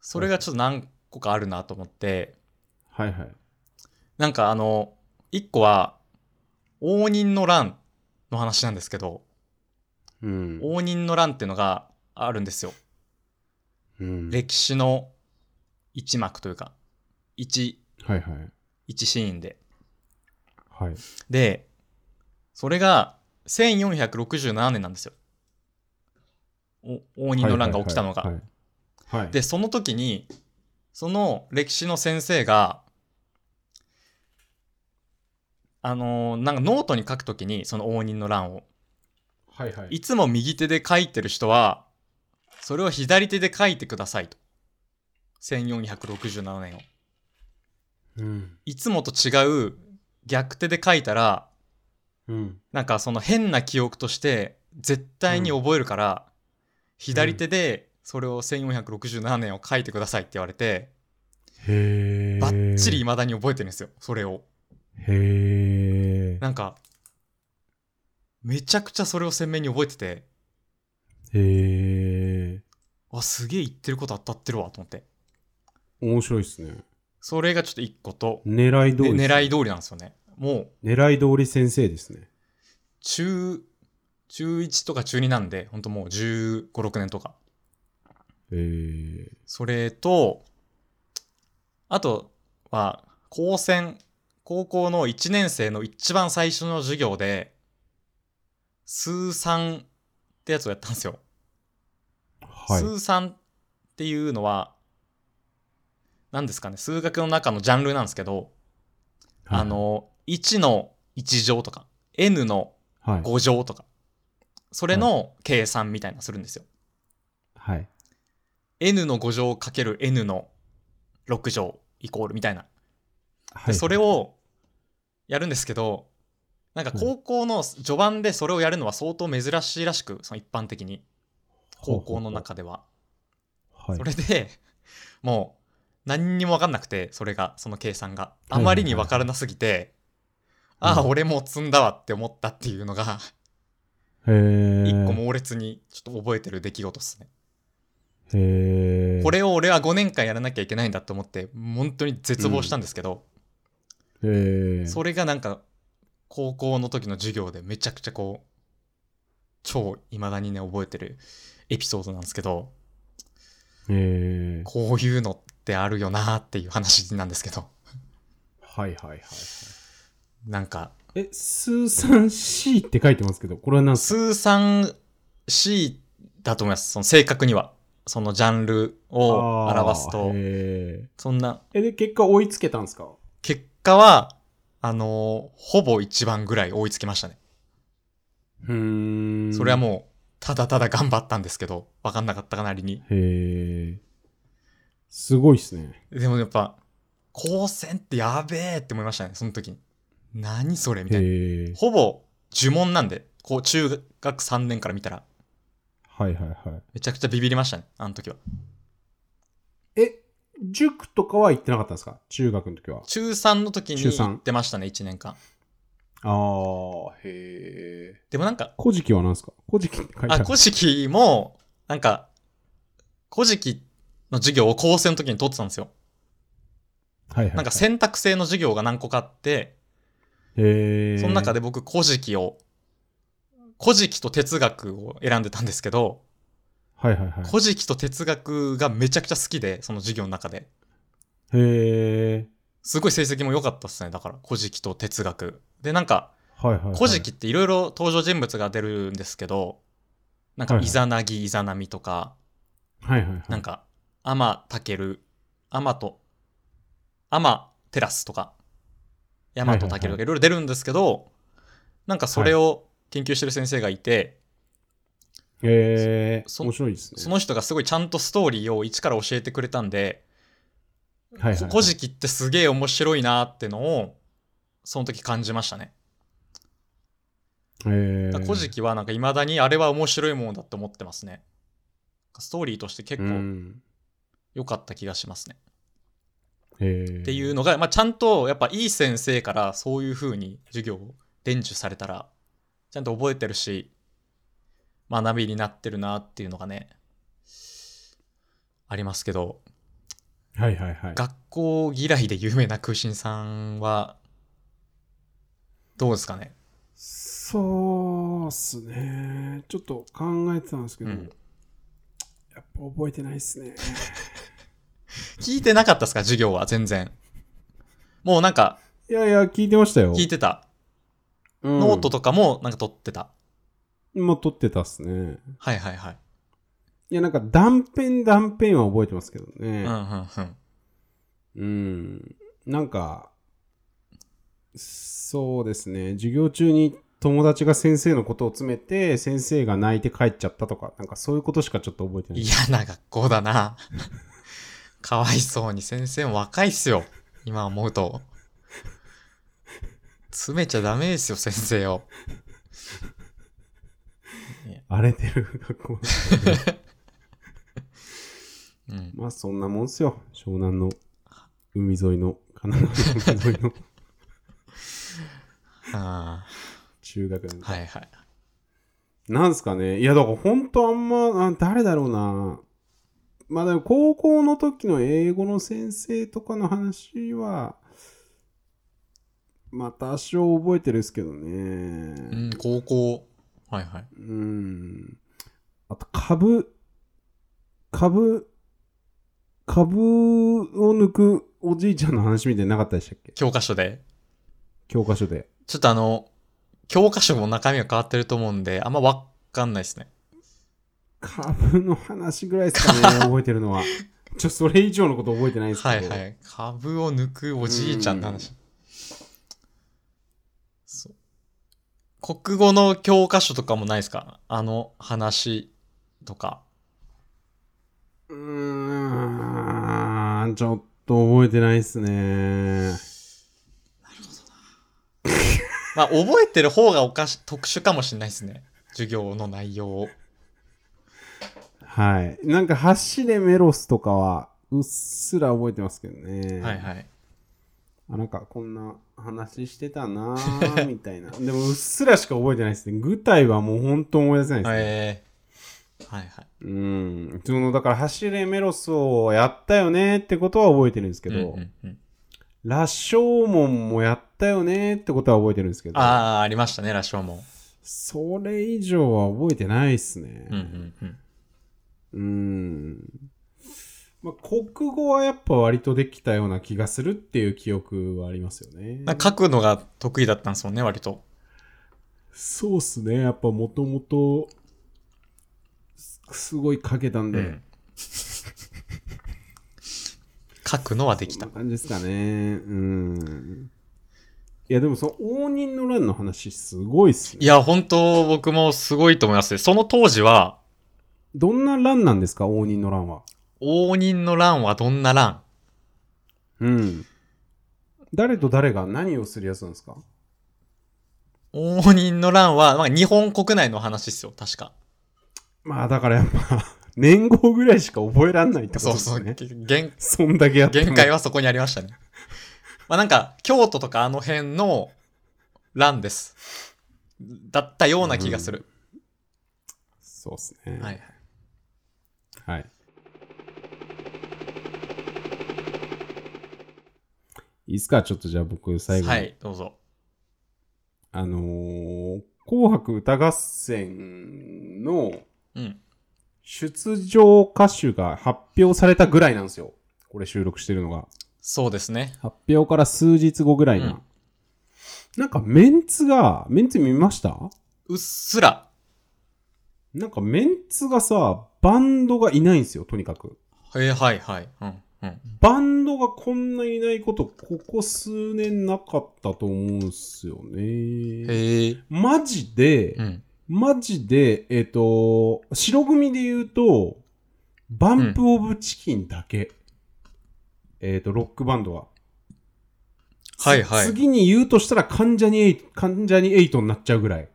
A: それがちょっと何個かあるなと思って、
B: はいはい。
A: なんかあの、一個は、応仁の乱の話なんですけど、
B: うん。
A: 応仁の乱っていうのがあるんですよ。
B: うんはい
A: 歴史の一幕というか、一、
B: はい。
A: 一シーンで。
B: はい。
A: で、それが1467年なんですよ。お応仁の乱が起きたの
B: は
A: が。
B: いはい。はい。
A: で、その時に、その歴史の先生が、あのーなんかノートに書くときに、その応仁の乱を。
B: はいはい。
A: いつも右手で書いてる人は、それを左手で書いてくださいと。1467年を。
B: うん。
A: いつもと違う逆手で書いたら、
B: うん。
A: なんかその変な記憶として絶対に覚えるから、左手でそれを1467年を書いてくださいって言われて、
B: へー
A: ばっちり。未だに覚えてるんですよ、それを。
B: へー
A: なんか、めちゃくちゃそれを鮮明に覚えてて、
B: へー
A: あ、すげえ言ってること当たってるわと思って。
B: 面白いですね。
A: それがちょっと一個と、
B: 狙い通
A: で
B: り。
A: 狙い
B: 通
A: 通りなんですよね。もう、
B: り。狙い通り先生ですね。
A: 中、中1とか中2なんで、ほんともう15、6年とか。
B: へー
A: それと、あとは、高専、高校の1年生の一番最初の授業で、数三ってやつをやったんですよ。
B: はい。
A: 数三っていうのは、何ですかね、数学の中のジャンルなんですけど、
B: はい
A: あ、の、1の1乗とか、n の
B: はい。
A: 5乗とか、それの計算みたいなのするんですよ。
B: はい。
A: n の5乗かける n の6乗イコールみたいな。
B: は
A: で、
B: い。
A: それをやるんですけど、なんか高校の序盤でそれをやるのは相当珍しいらしく、その一般的に、
B: ほうほ
A: 高
B: うほう
A: 校の。中では。
B: はい
A: そ。れで、もう、何にも分かんなくて、それが、その計算が。あまりに分からなすぎて、
B: はいはい
A: あ
B: はい
A: あ、
B: うん
A: 俺もう積んだわって思ったっていうのが、
B: へー
A: 一個猛烈にちょっと覚えてる出来事ですね。
B: へー
A: これを俺は5年間やらなきゃいけないんだと思って、本当に絶望したんですけど、
B: へー
A: それがなんか、高校の時の授業でめちゃくちゃこう、超未だにね、覚えてるエピソードなんですけど、
B: えー、
A: こういうのってあるよなっていう話なんですけど、
B: はいはいはいはい。
A: なんか、
B: え、スーサン C って書いてますけど、これは何す
A: スーサン C だと思います。その正確には。そのジャンルを表すと、
B: え
A: そんな、
B: ー、えで、結果追いつけたんですか
A: 結果は、あのーほぼ一番ぐらい追いつきましたね。
B: うーん。
A: それはもう、ただただ頑張ったんですけど、わかんなかったかなりに。
B: う。へえ。すごいっすね。
A: でもやっぱ、高専ってやべえって思いましたね、その時に。何それみたいな。
B: へえ。
A: ほぼ呪文なんで、こう中学3年から見たら、
B: はいはいはい。
A: めちゃくちゃビビりましたね、あの時は。
B: え、塾とかは行ってなかったんですか中学の時は。
A: 中3の時に
B: 中三
A: 行ってましたね、1年間。
B: ああ、へえ。
A: でもなんか、
B: 古事記は何ですか古事記って書いてあ
A: あ、
B: る。
A: 古事記も、なんか、古事記の授業を高専の時に取ってたんですよ。
B: はいはいはい。
A: なんか選択制の授業が何個かあって、
B: へえ。
A: その中で
B: で。
A: 僕、古事記を、古事記と哲学を選んでたんですけど、
B: はいはいはい。
A: 古事記と哲学がめちゃくちゃ好きで、その授業の中で。
B: へえ。
A: すごい成績も良かったっすね、だから、古事記と哲学。で、なんか、
B: はいはいはい。
A: 古事記っていろいろ登場人物が出るんですけど、なん
B: は
A: か、
B: いはい
A: イザナギ、イザナミとか、
B: はいはいはい。
A: なんか、アマタケル、アマと、アマテラスとか、ヤマトタケルとかいろいろ出るんですけど、なんかそれを研究してる先生がいて、
B: へえ。
A: そ
B: 面白いですね。
A: その人がすごいちゃんとストーリーを一から教えてくれたんで、
B: はいはいはい
A: 古事記ってすげえ面白いなーってのを、その時感じましたね。
B: へえ
A: だから古事記はなんか未だにあれは面白いものだって思ってますね。ストーリーとして結
B: う
A: 構
B: ん
A: 良かった気がしますね。
B: へえ。
A: っていうのが、まあ、ちゃんとやっぱいい先生からそういう風に授業を伝授されたらちゃんと覚えてるし学びになってるなっていうのがねありますけど
B: はいはいはい。
A: 学校嫌いで有名な空心さんはどうですかね
B: そうっすね。ちょっと考えてたんですけど、
A: うん
B: やっぱ覚えてないっすね。
A: 聞いてなかったですか授業は全然もうなんか
B: いやいや、聞いてましたよ。
A: 聞いてた、
B: うん
A: ノートとかもなんか取ってた
B: まあ、撮ってたっすね。
A: はいはいはい、
B: いや、なんか断片断片は覚えてますけど
A: うんう
B: ね。
A: んうん
B: うん。なんか、そうですね。授業中に友達が先生のことを詰めて、先生が泣いて帰っちゃったとか、なんかそういうことしかちょっと覚えてない。
A: 嫌な学校だな。 かわいそうに先生も若いっすよ。今思うと。詰めちゃダメですよ、先生を。
B: 荒れてる学校。
A: うん。
B: まあそんなもんっすよ。湘南の海沿いの、神奈川の海沿いの
A: あ
B: 中学
A: あ、はいはい。
B: なんすかね。いや、だから本当あんま、あ誰だろうな。まあでも高校の時の英語の先生とかの話は、まあ多少覚えてるっすけど
A: う
B: ね。
A: ん、高校。はいはい。
B: うん。あと株、株、株を抜くおじいちゃんの話みたいなのなかったでしたっけ
A: 教科書で。
B: 教科書で。
A: ちょっとあの、教科書も中身が変わってると思うんで、あんまわかんないですね。
B: 株の話ぐらいですかね、覚えてるのは。ちょ、それ以上のこと覚えてないですけ
A: は
B: ど。
A: いはい。株を抜くおじいちゃんの話。そう国語の教科書とかもないですかあの話とか。
B: うーん、ちょっと覚えてないですね。
A: まあ、覚えてる方がおかし、特殊かもしれないですね。授業の内容を。
B: はい。なんか、走れメロスとかは、うっすら覚えてますけどね。
A: はいはい。
B: あなんか、こんな話してたなーみたいな。 でも、うっすらしか覚えてないですね。具体はもう本当思い出せないですね。
A: えー、はいはい。
B: うん。その、だから、走れメロスをやったよねーってことは覚えてるんですけど、
A: うんうんうん、
B: 羅生門もやったよねってことは覚えてるんですけど、
A: ああ、ありましたね、羅生門。
B: それ以上は覚えてないっすね
A: うんう。んうん。
B: うーん。まあ、国語はやっぱ割とできたような気がするっていう記憶はありますよね。
A: なんか書くのが得意だったんですもんね、割と。
B: そうっすね。やっぱもともと、すすごい書けたん
A: う
B: で、
A: ん。 書くのはでき
B: そ
A: た
B: ん。な感じですかね。うん。いや、でもその応仁の乱の話すごいっすね。
A: いや、本当僕もすごいと思いますね。その当時は、
B: どんな乱なんですか応仁の乱は。
A: 応仁の乱はどんな乱
B: うん。誰と誰が何をするやつなんですか
A: 応仁の乱は、まあ、日本国内の話ですよ、確か。
B: まあだからやっぱ年号ぐらいしか覚えらんないってこと
A: そう
B: で
A: そ
B: す
A: う、
B: ね。
A: 限
B: そんだけやっても
A: 限界はそこにありました ね。まあなんか、京都とかあの辺の乱です。だったような気がする。
B: そうですね。
A: はい。
B: はい。いいっすかちょっとじゃあ僕最後に、
A: はい、どうぞ。
B: あのー紅白歌合戦の
A: うん。
B: 出場歌手が発表されたぐらいなんですよ。これ収録してるのが。
A: そうですね。
B: 発表から数日後ぐらいな。
A: うん
B: なんかメンツが、メンツ見ました
A: うっすら。
B: なんかメンツがさ、バンドがいないんですよ、とにかく。
A: えー、はいはい。うん。うん。
B: バンドがこんないないこと、ここ数年なかったと思うんすよね。
A: へえ。
B: マジで
A: う、ん。
B: マジで、えっ、と、白組で言うと、バンプオブチキンだけ。えっ、と、ロックバンドは。
A: はいはい。
B: 次に言うとしたら関ジャニエイト、関ジャニエイトになっちゃうぐらい。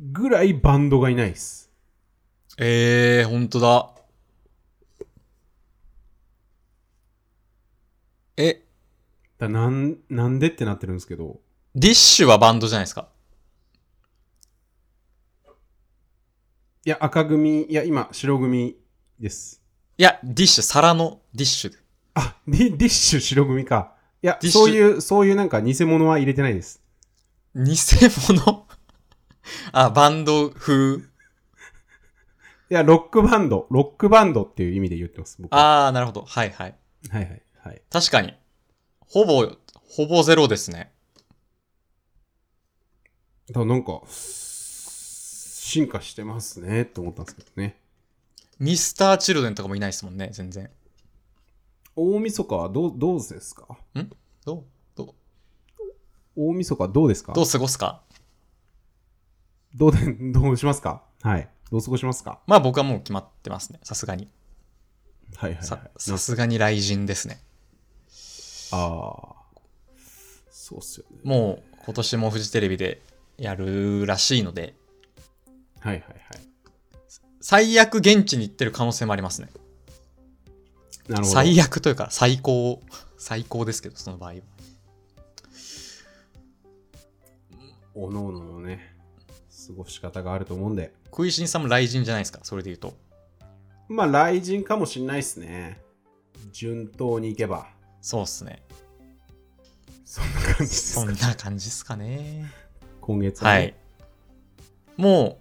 B: ぐらいバンドがいないっす。
A: ええー、ほんとだ。え、
B: だなん、なんでってなってるんですけど。
A: ディッシュはバンドじゃないですか。
B: いや、赤組、いや、今、白組です。
A: いや、ディッシュ、皿のディッシュ。
B: あ、ディディッシュ白組か。いや、
A: ディッシュ
B: そういう、そういうなんか偽物は入れてないです。
A: 偽物 あ、バンド風。
B: いや、ロックバンド、ロックバンドっていう意味で言ってます、僕は。
A: あー、なるほど。はいはい。
B: はいはい。はい。
A: 確かに。ほぼ、ほぼゼロですね。
B: だからなんか、進化してますね、と思ったんですけどね。
A: ミスターチルドレンとかもいないですもんね、全然。
B: 大晦日はどう、どうですか
A: どうど
B: 大晦日はどうですか
A: うどう過ごすか
B: どうで、 どうしますかはい。どう過ごしますか
A: まあ僕はもう決まってますね。さすがに。
B: はいはい、
A: さ
B: はい。
A: さすがに雷神ですね。
B: ああ。そうっすよね。
A: もう今年もフジテレビでやるらしいので、
B: はいはいはい。
A: 最悪現地に行ってる可能性もありますね。
B: なるほど。
A: 最悪というか最高、最高ですけど、その場合は。
B: おのおののね、過ごし方があると思うんで。
A: 食いしんさんも雷神じゃないですか、それで言うと。
B: まあ、雷神かもしんないっすね。順当にいけば。
A: そうっすね。
B: そんな感じです
A: そん
B: か。
A: な感じですかね。
B: 今月はね
A: はい。。も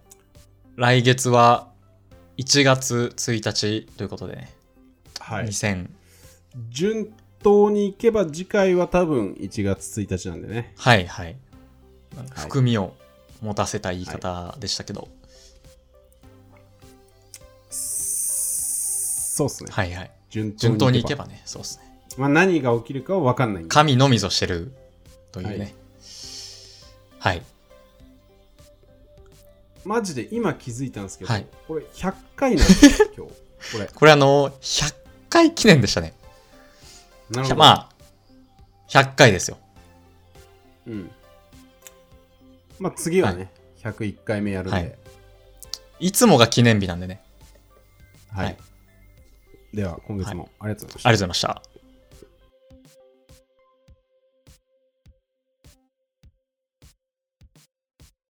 A: う、来月は1月1日ということでね。
B: はい。
A: 2000。
B: 順当にいけば次回は多分1月1日なんでね。
A: はいはい。
B: はい
A: 含みを持たせた言い方でしたけど。
B: そうっすね。
A: はいはい。
B: 順当
A: 順当に
B: にい
A: い
B: け
A: け
B: ば。
A: ばね。そうっすね。
B: まあ、何が起きるかは分かんないんで。
A: 神のみぞ知るというね。はい。
B: マジで今気づいたんですけど、
A: はい
B: これ100回なんですよ、今日。 これ。
A: これあの、100回記念でしたね。
B: なるほど。あ、
A: まあ、100回ですよ。
B: うん。まあ、次はね、101回目やるんで。
A: はいいつもが記念日なんでね。
B: はい。
A: はい
B: では、今月もありがとうございま
A: あ
B: した。
A: りがとうございました。